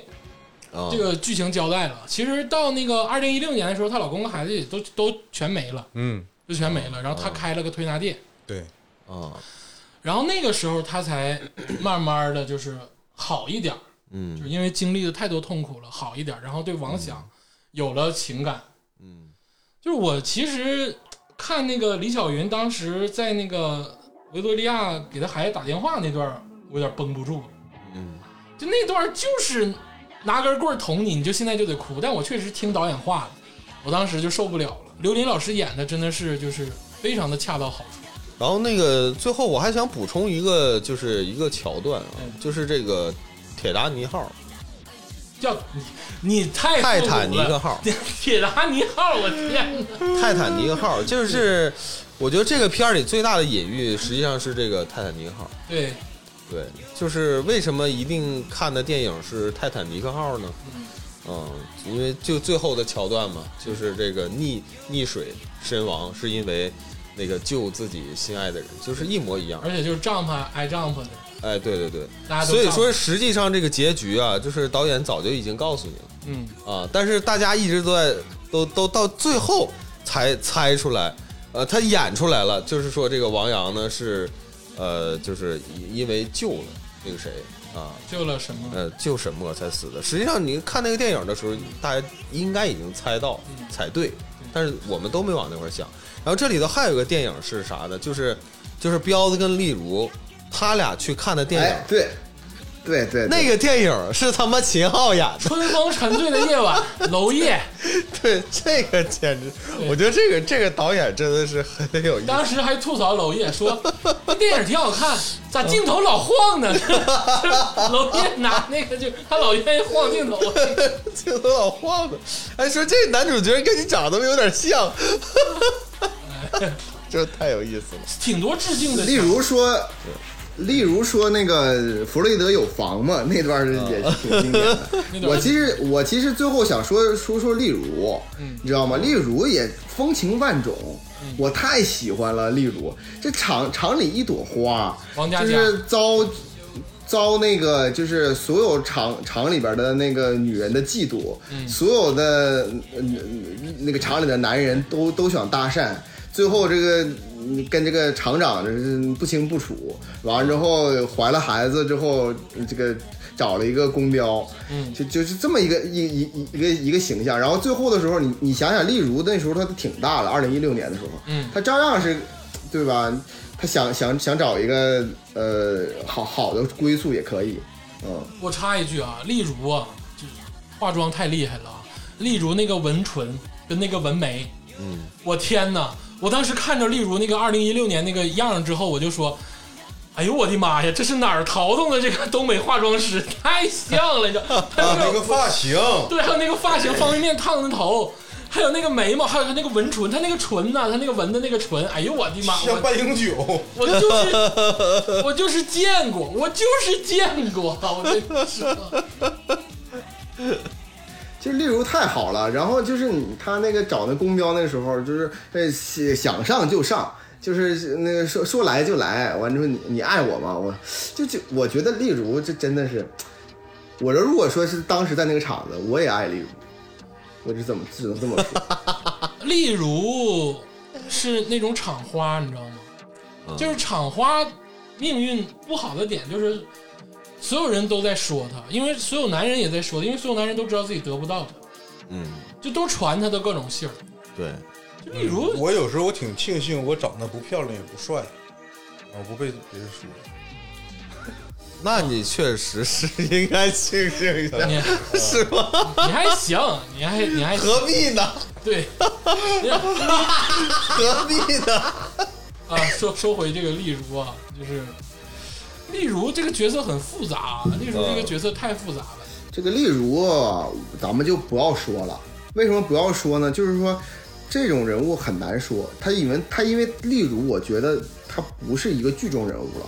啊
这，个剧情交代了。其实到那个二零一六年的时候，她老公和孩子也都都全没了，
嗯，
就全没了。然后她开了个推拿店，
对，
啊，
然后那个时候她 才慢慢的就是好一点儿，就
嗯
是因为经历了太多痛苦了，好一点儿，然后对王想有了情感。
嗯
就是我其实看那个李小云当时在那个维多利亚给她孩子打电话那段儿，我有点绷不住了。
嗯
就那段就是拿根棍儿捅你，你就现在就得哭。但我确实听导演话了，我当时就受不了了。刘琳老师演的真的是就是非常的恰到好处。
然后那个最后我还想补充一个，就是一个桥段啊，
嗯
就是这个铁达 尼号、
叫你你太
泰
复古
坦尼克
了，
号、
铁达尼号，我天哪！
泰坦尼克
嗯
号，就是我觉得这个片儿里最大的隐喻，实际上是这个泰坦尼克号。
对，
对，就是为什么一定看的电影是《泰坦尼克号》呢？
嗯
嗯，因为就最后的桥段嘛，就是这个溺溺水身亡，是因为那个救自己心爱的人，就是一模一样
而。且就是 jump 挨 jump 的，
哎，对对对，
大家都
所以
jump
说实际上这个结局啊，就是导演早就已经告诉你了
嗯，
啊，但是大家一直都在都都到最后才猜出来，呃，他演出来了，就是说这个王阳呢是，呃，就是因为救了那个谁啊，
救了什么？
呃，就沈墨才死的。实际上，你看那个电影的时候，大家应该已经猜到
嗯
才对，但是我们都没往那块儿想。然后这里头还有一个电影是啥呢？就是就是彪子跟丽茹，他俩去看的电影，
哎，对，对对，对
那个电影是他妈秦昊演的。
春风沉醉的夜晚，娄烨
对，这个简直，我觉得这个这个导演真的是很有意思。
当时还吐槽娄烨说：“这电影挺好看，咋镜头老晃呢？” 娄烨拿那个就他老愿意晃镜头，
镜头老晃的，哎，说这男主角跟你长得有点像， 这太有意思了。
挺多致敬的。
例如说，例如说那个弗洛伊德有房嘛，那段儿也是挺经典的。
嗯那段
我其实我其实最后想说说说例如，你知道吗？例如也风情万种，我太喜欢了。例如这场场里一朵花，
王嘉
就
佳
是遭遭那个就是所有厂厂里边的那个女人的嫉妒，
嗯
所有的、呃那个厂里的男人都都想搭讪，最后这个。嗯跟这个厂长这是不清不楚，完了之后怀了孩子之后，这个找了一个公标，
嗯
就就是这么一个一一一一个一个形象。然后最后的时候，你你想想，例如那时候他都挺大了，二零一六年的时候，
嗯
他照样是，对吧？他想想想找一个呃好好的归宿也可以，嗯，
我插一句啊，例如啊，就化妆太厉害了啊，例如那个纹唇跟那个纹眉，
嗯，
我天哪！我当时看着例如那个二零一六年那个样儿之后，我就说。哎呦我的妈呀！这是哪儿淘弄的？这个东北化妆师 太像了，这
啊，
他
那个发型，
对，还有那个发型，方便面烫的头，还有那个眉毛，还有他那个纹唇，他那个唇呐、他那个纹的那个唇，哎呦我的妈，
像
我
半永久，
我就是我就是见过，我就是见过，啊我真是
就例如太好了。然后就是你他那个找那公标那时候，就是呃想想上就上。就是那个说说来就来，完之后你你爱我吗？我就就我觉得例如这真的是，我这如果说是当时在那个场子，我也爱例如，我就这么只能这么说。
例如是那种厂花，你知道吗？就是厂花命运不好的点就是。所有人都在说他，因为所有男人也在说他，因为所有男人都知道自己得不到他，
嗯，
就都传他的各种信儿。
对。
就例如
嗯我有时候我挺庆幸我长得不漂亮也不帅，啊，不被别人说。
那你确实是应该庆幸一下，
你
是吧？
你还行，你还你还
何必呢？
对
何必呢？
啊，说说回这个例如啊，就是例如这个角色很复杂啊，例如这个角色太复杂了。
这个例如啊，咱们就不要说了。为什么不要说呢？就是说，这种人物很难说。他因为他因为例如，我觉得他不是一个剧中人物了，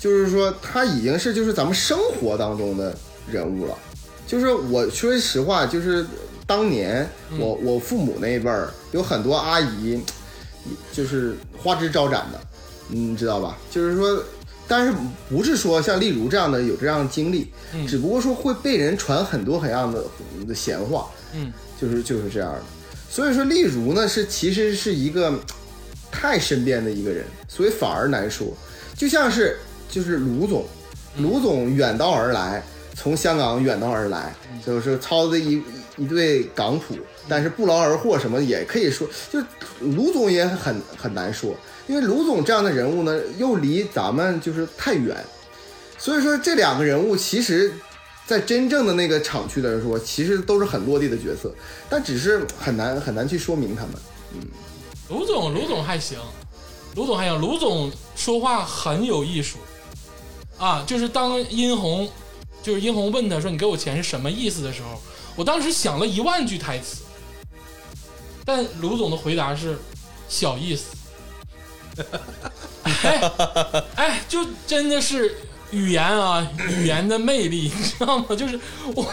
就是说他已经是就是咱们生活当中的人物了。就是我说实话，就是当年我我父母那一辈儿有很多阿姨，就是花枝招展的，你知道吧？就是说，但是不是说像例如这样的有这样的经历，
嗯
只不过说会被人传很多很样的的闲话，
嗯
就是就是这样的。所以说，例如呢是其实是一个太身边的一个人，所以反而难说。就像是就是卢总，卢总远道而来，从香港远道而来，就是操着一一对港普，但是不劳而获，什么也可以说，就是卢总也很很难说，因为卢总这样的人物呢，又离咱们就是太远，所以说这两个人物其实。在真正的那个厂区的人说，其实都是很落地的角色，但只是很难很难去说明他们。
卢总，卢总还行，卢总还行，卢总说话很有艺术，啊，就是当殷红，就是殷红问他说你给我钱是什么意思的时候，我当时想了一万句台词，但卢总的回答是小意思， 哎哎，就真的是语言啊，语言的魅力，你知道吗？就是我。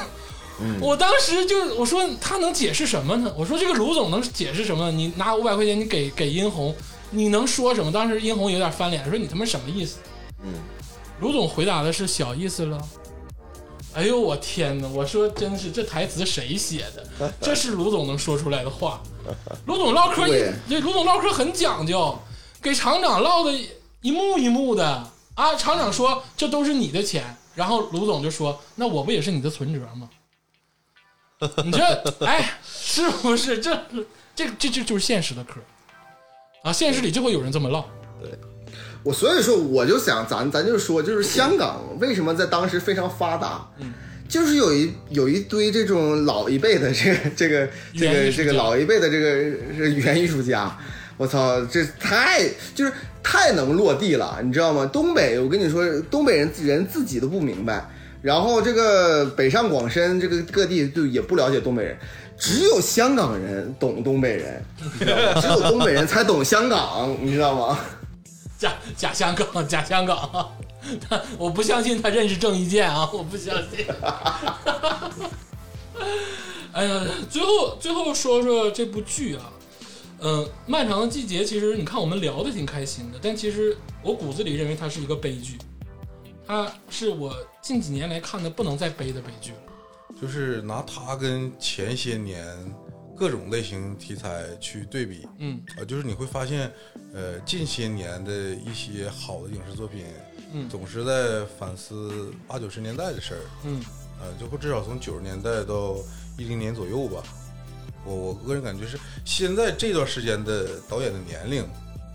我当时就我说他能解释什么呢？我说这个卢总能解释什么呢？你拿五百块钱你给给殷红，你能说什么？当时殷红有点翻脸，说你他妈什么意思？
嗯，
卢总回答的是小意思了。哎呦我天哪！我说真是这台词谁写的？这是卢总能说出来的话。卢总唠嗑也对
对，
卢总唠嗑很讲究，给厂长唠的一幕一幕的啊。厂长说这都是你的钱，然后卢总就说那我不也是你的存折吗？你这哎，是不是这这这这就是现实的嗑啊？现实里就会有人这么唠，
我所以说，我就想咱咱就说，就是香港为什么在当时非常发达，
嗯
就是有一有一堆这种老一辈的这个这个这
原艺
个
术家
这个老一辈的这个是原艺术家，我操，这太就是太能落地了，你知道吗？东北，我跟你说，东北人人自己都不明白，然后这个北上广深这个各地就也不了解东北人。只有香港人懂东北人，你知道吗？只有东北人才懂香港，你知道吗？
假假香港，假香港啊。他我不相信他认识郑伊健啊！我不相信。 哎呀，最后最后说说这部剧啊，嗯、漫长的季节》其实你看我们聊的挺开心的，但其实我骨子里认为它是一个悲剧，它是我近几年来看的不能再悲的悲剧了。
就是拿它跟前些年各种类型题材去对比啊、
嗯
就是你会发现，呃，近些年的一些好的影视作品，
嗯
总是在反思八九十年代的事儿，
嗯
呃，就会至少从九十年代到一零年左右吧。我我个人感觉是，现在这段时间的导演的年龄，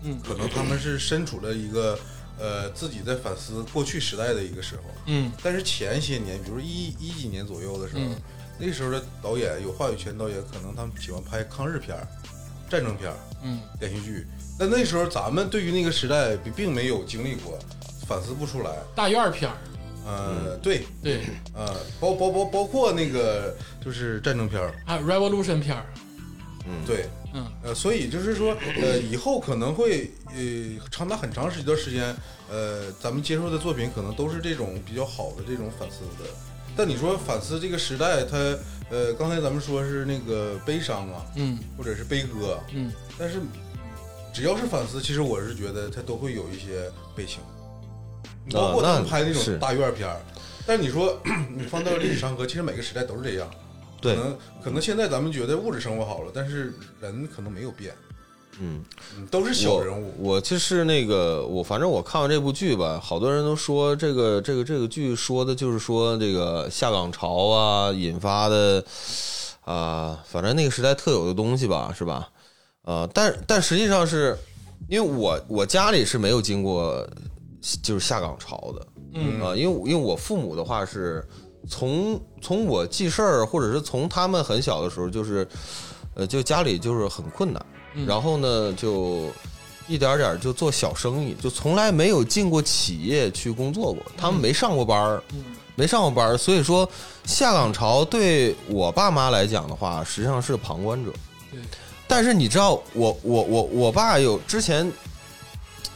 嗯
可能他们是身处了一个呃自己在反思过去时代的一个时候。
嗯
但是前些年，比如一一几年左右的时候，
嗯
那时候的导演有话语权导演，可能他们喜欢拍抗日片儿、战争片儿、
嗯
连续剧。但那时候咱们对于那个时代并并没有经历过，反思不出来。
大院儿片儿，
呃，对，
对
呃，包包包包括那个就是战争片儿，
还有 revolution 片儿，
对，
嗯
呃，所以就是说，呃，以后可能会呃，长达很长时一段时间，呃，咱们接受的作品可能都是这种比较好的这种反思的。但你说反思这个时代，它呃，刚才咱们说是那个悲伤啊，
嗯
或者是悲歌，
嗯
但是只要是反思，其实我是觉得它都会有一些悲情，包括他们
啊那
拍那种
是
大院片儿。但你说 你放到历史长河，其实每个时代都是这样。
对
可，能可能现在咱们觉得物质生活好了，但是人可能没有变，
嗯。
嗯都是小人物。
我。我就是那个，我反正我看完这部剧吧，好多人都说这个这个这个剧说的就是说这个下岗潮啊引发的啊、反正那个时代特有的东西吧，是吧？呃，但但实际上是因为我我家里是没有经过就是下岗潮的，
嗯
啊、因为我因为我父母的话是从从我记事儿，或者是从他们很小的时候，就是呃，就家里就是很困难，
嗯
然后呢就一点儿点儿就做小生意，就从来没有进过企业去工作过，他们没上过班儿，
嗯
没上过班儿，所以说下岗潮对我爸妈来讲的话，实际上是旁观者。
对，
但是你知道，我我我我爸有之前，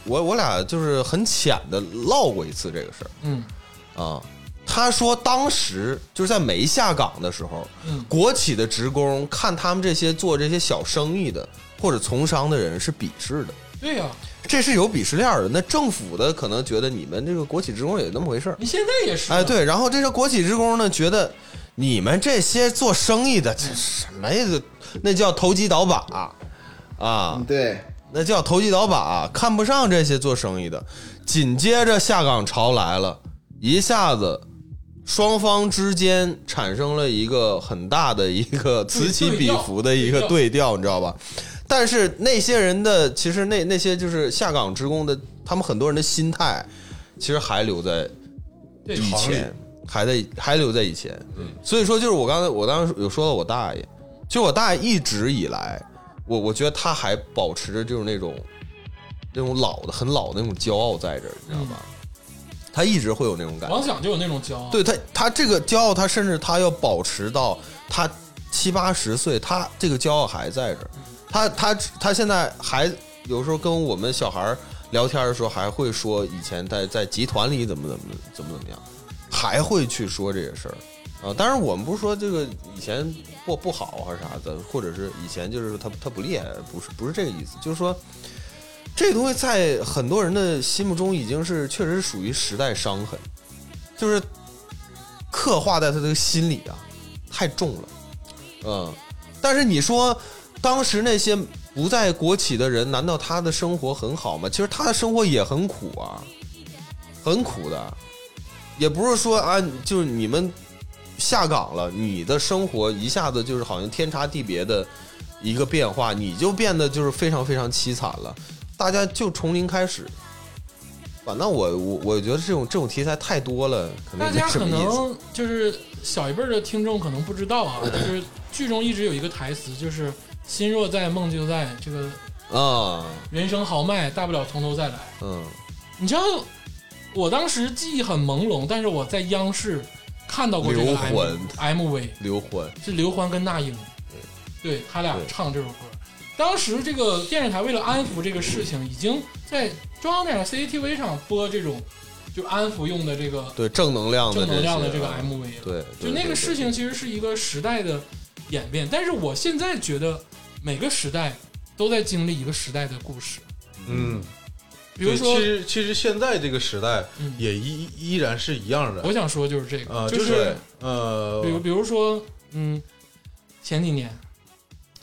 我我俩就是很浅的唠过一次这个事
嗯
儿啊。他说当时就是在没下岗的时候，
嗯
国企的职工看他们这些做这些小生意的或者从商的人是鄙视的，
对啊呀、
这是有鄙视链儿的。那政府的可能觉得你们这个国企职工也那么回事儿，
你现在也是，啊
哎，，对，然后这个国企职工呢，觉得你们这些做生意的，这什么呀？那叫投机倒把啊
嗯，，对，
那叫投机倒把，看不上这些做生意的。紧接着下岗潮来了，一下子双方之间产生了一个很大的一个此起彼伏的一个对调，你知道吧？但是那些人的其实那那些就是下岗职工的，他们很多人的心态其实还留在
对
以
行里
前，还在还留在以前。所以说就是我刚才我当时有说到我大爷，就我大爷一直以来，我我觉得他还保持着就是那种那种老的很老的那种骄傲在这儿，你知
嗯
道吧？他一直会有那种感
嗯
觉
王。想就有那种骄傲，
对他，他这个骄傲，他甚至他要保持到他七八十岁，他这个骄傲还在这儿。他他他现在还有时候跟我们小孩儿聊天的时候，还会说以前在在集团里怎么怎么怎么怎么样，还会去说这些事儿。啊，当然我们不是说这个以前不不好还是啥的，或者是以前就是他他不厉害，不是不是这个意思，就是说这东西在很多人的心目中已经是确实是属于时代伤痕，就是刻画在他这个心里啊，太重了，嗯。但是你说，当时那些不在国企的人，难道他的生活很好吗？其实他的生活也很苦啊，很苦的，也不是说啊，就是你们下岗了，你的生活一下子就是好像天差地别的一个变化，你就变得就是非常非常凄惨了。大家就从零开始。反正我我我觉得这种这种题材太多了，可
大
能也没
家
什
可
么意思。
能就是小一辈儿的听众可能不知道啊，就是剧中一直有一个台词，就是“心若在，梦就在”，这个
啊，
人生豪迈，大不了从头再来。
嗯
你知道，我当时记忆很朦胧，但是我在央视看到过这个 M，M
刘
M
欢
MV，
刘欢，
是刘欢跟那英，对他俩
对
唱这首歌。当时这个电视台为了安抚这个事情，已经在中央电视台 CCTV 上播这种就安抚用的这个
对正能量的
正能量的
些
这个
啊
MV 了。
对，
就
对
那个事，情其实是一个时代的演变，但是我现在觉得每个时代都在经历一个时代的故事，
嗯，
比如
对
说
其，实其实现在这个时代
嗯
也依依然是一样的
我想说就是这
啊，
个，
就是是呃
比，如比如说，嗯，前几年，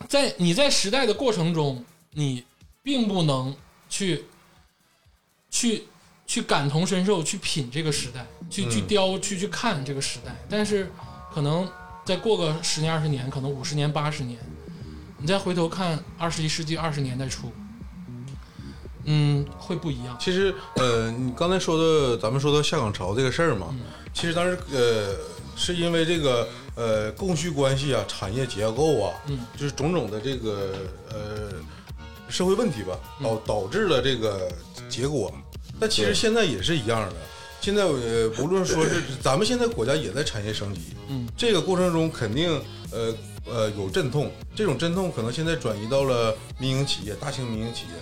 在你在时代的过程中，你并不能去去去感同身受，去品这个时代，去去
嗯
雕，去去看这个时代。但是可能再过个十年、二十年，可能五十年、八十年，你再回头看二十一世纪二十年代初，嗯，会不一样。
其实呃，你刚才说的，咱们说到下岗潮这个事儿嘛，其实当时呃，是因为这个呃供需关系啊、产业结构啊，
嗯，
就是种种的这个呃社会问题吧，导导致了这个结果。但其实
对
现在也是一样的，现在呃，无论说是咱们现在国家也在产业升级，
嗯，
这个过程中肯定呃呃有阵痛，这种阵痛可能现在转移到了民营企业、大型民营企业。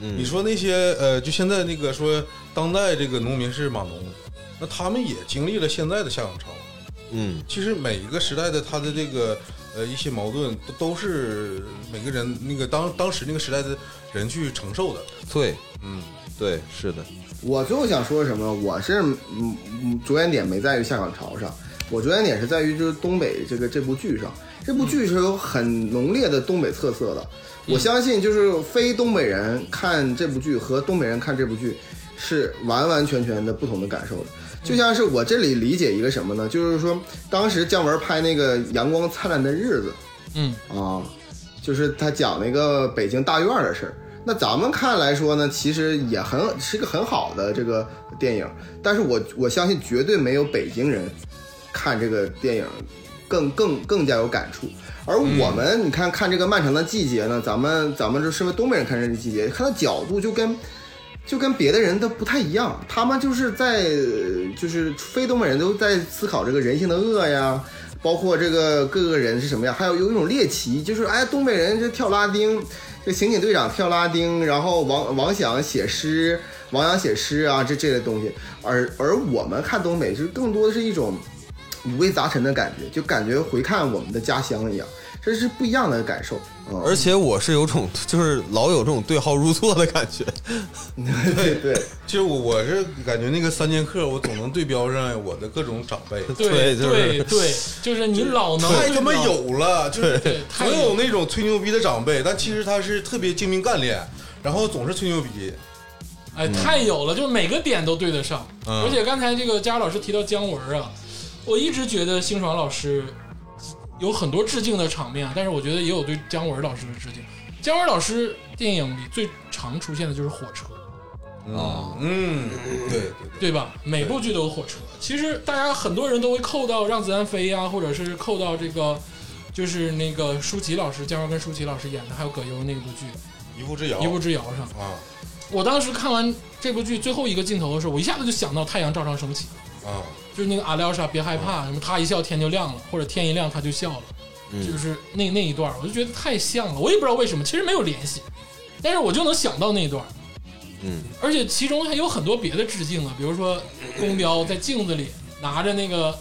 嗯
你说那些呃，就现在那个说当代这个农民是码农，那他们也经历了现在的下岗潮。
嗯，
其实每一个时代的他的这个呃一些矛盾都都是每个人那个当当时那个时代的人去承受的。
对
嗯，
对，是的，
我最后想说什么？我是嗯嗯，着眼点没在于下岗潮上，我着眼点是在于就是东北这个这部剧上。这部剧是有很浓烈的东北特色的，我相信就是非东北人看这部剧和东北人看这部剧是完完全全的不同的感受的。就像是我这里理解一个什么呢？就是说当时姜文拍那个《阳光灿烂的日子》，
嗯
啊，就是他讲那个北京大院儿的事儿。那咱们看来说呢，其实也很是个很好的这个电影，但是我我相信绝对没有北京人看这个电影更更更加有感触。而我们，你看看这个漫长的季节呢，咱们咱们这身为东北人看这个季节，看的角度就跟就跟别的人都不太一样，他们就是在呃就是非东北人都在思考这个人性的恶呀，包括这个各个人是什么样，还有有一种猎奇，就是哎东北人这跳拉丁，这刑警队长跳拉丁，然后王王想写诗，王阳写诗啊这这类东西，而而我们看东北就是更多的是一种五味杂陈的感觉，就感觉回看我们的家乡一样，这是不一样的感受啊。
而且我是有种，就是老有这种对号入座的感觉。
对对，
其实我我是感觉那个三剑客，我总能对标上我的各种长辈，
对
对就是
对对，就是你老能
太他妈
对
有了，就是
对太
总有那种吹牛逼的长辈，但其实他是特别精明干练，然后总是吹牛逼，
哎，太有了，就是每个点都对得上。而且刚才这个佳老师提到姜文啊，我一直觉得辛爽老师有很多致敬的场面啊，但是我觉得也有对姜文老师的致敬。姜文老师电影里最常出现的就是火车，
啊，
嗯，对对对，
对吧？每部剧都有火车。其实大家很多人都会扣到《让子弹飞》呀，或者是扣到这个，就是那个舒淇老师，姜文跟舒淇老师演的，还有葛优那部剧
一步之遥，
《一步之遥》上。
啊
我当时看完这部剧最后一个镜头的时候，我一下子就想到《太阳照常升起》。
啊，
就是那个阿廖沙别害怕，什么他一笑天就亮了，或者天一亮他就笑了，就是那那一段儿，我就觉得太像了，我也不知道为什么，其实没有联系，但是我就能想到那一段儿，
嗯，
而且其中还有很多别的致敬啊，比如说公标在镜子里拿着那个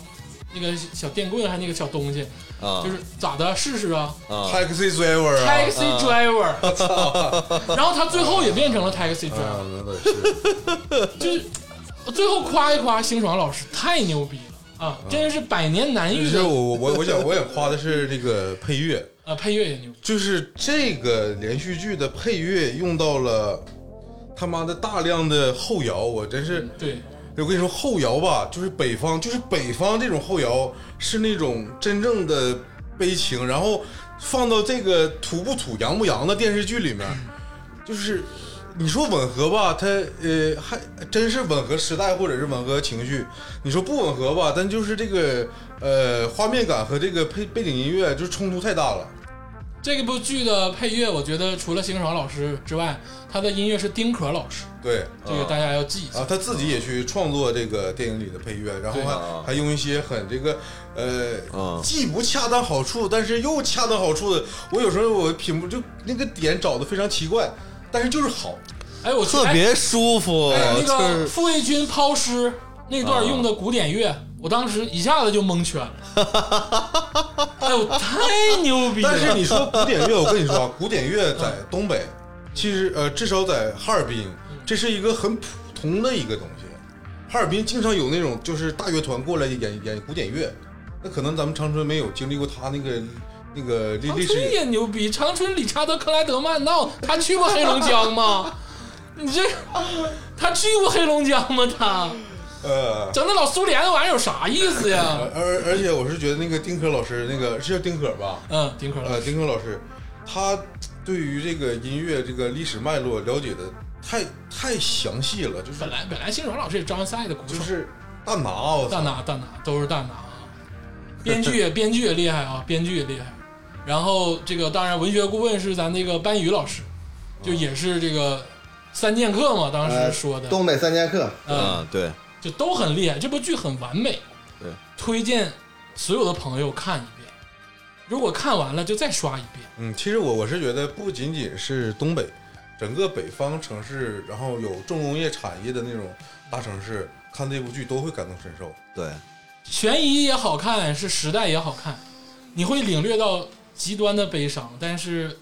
那个小电棍还是那个小东西，
啊，
就是咋的试试啊
啊，
，taxi driver 啊，
，taxi driver，然 后他最后也变成了 taxi
啊
driver，，
那倒是，
就是我最后夸一夸辛爽老师太牛逼了啊，真是百年难
其
遇
实
的。
我我我想我想夸的是这个配乐，
啊，配乐也牛逼，
就是这个连续剧的配乐用到了他妈的大量的后摇，我真是，
对，
我跟你说后摇吧，就是北方，就是北方这种后摇是那种真正的悲情，然后放到这个土不土、洋不洋的电视剧里面，就是你说吻合吧，它呃还真是吻合时代或者是吻合情绪；你说不吻合吧，但就是这个呃画面感和这个配背景音乐就冲突太大了。
这部剧的配乐，我觉得除了辛爽老师之外，他的音乐是丁可老师，
对，
这个大家要记一下。
啊啊，他自己也去创作这个电影里的配乐，然后
对
还
啊
还用一些很这个呃，
哎
啊，
既不恰当好处，但是又恰当好处的。我有时候我品不就那个点找的非常奇怪，但是就是好。
哎，我
特别舒服，
哎
呃
哎那
就
个
是
傅卫军抛尸那段用
啊
的古典乐，我当时一下子就蒙圈了。 哎呦，太牛逼了！
但是你说古 典乐，我跟你说啊，古典乐在
嗯
东北，其实呃，至少在哈尔滨，这是一个很普通的一个东西。哈尔滨经常有那种就是大乐团过来演演古典乐，那可能咱们长春没有经历过他那个那个历
长
历史。
春也牛逼，长春理查德克莱德曼，那他去过黑龙江吗？ 你这他去过黑龙江吗？他
呃，
整那老苏联的玩意儿有啥意思呀？
而而且我是觉得那个丁可老师，那个是叫丁可吧？
嗯，丁可老
呃，
师，
丁可老师，他对于这个音乐这个历史脉络了解的太太详细了，就是
本来本来辛爽老师也张赛的鼓手
就。是大拿我
大
操，
拿大拿都是大拿啊，编剧也编剧也厉害啊，编剧也厉害。然后这个当然文学顾问是咱那个班宇老师，
啊
就也是这个三剑客嘛，当
呃
时说的，
呃东北三剑客，
嗯，
啊，对，
就都很厉害。这部剧很完美，
对，
推荐所有的朋友看一遍。如果看完了就再刷一遍，
嗯，其实我我是觉得不仅仅是东北，整个北方城市，然后有重工业产业的那种大城市，看这部剧都会感同身受。
对，
悬疑也好看，是时代也好看，你会领略到极端的悲伤，但是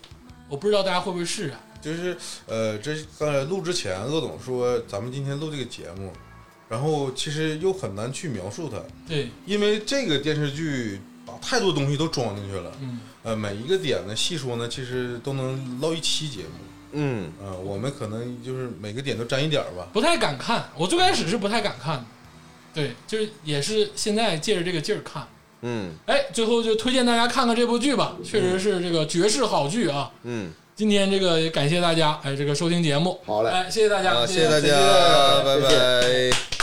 我不知道大家会不会啊释然。
就是呃，这刚才录之前，鄂总说咱们今天录这个节目，然后其实又很难去描述它。
对，
因为这个电视剧把太多东西都装进去了，
嗯，
呃，每一个点呢细说呢，其实都能唠一期节目。
嗯，
呃，我们可能就是每个点都沾一点儿吧。
不太敢看。我最开始是不太敢看的，对，就是也是现在借着这个劲儿看。
嗯，
哎，最后就推荐大家看看这部剧吧，确实是这个绝世好剧啊！
嗯，
今天这个也感谢大家，哎，这个收听节目，
好嘞
哎，谢谢大家，
啊，谢谢大
谢
家，拜
谢
拜。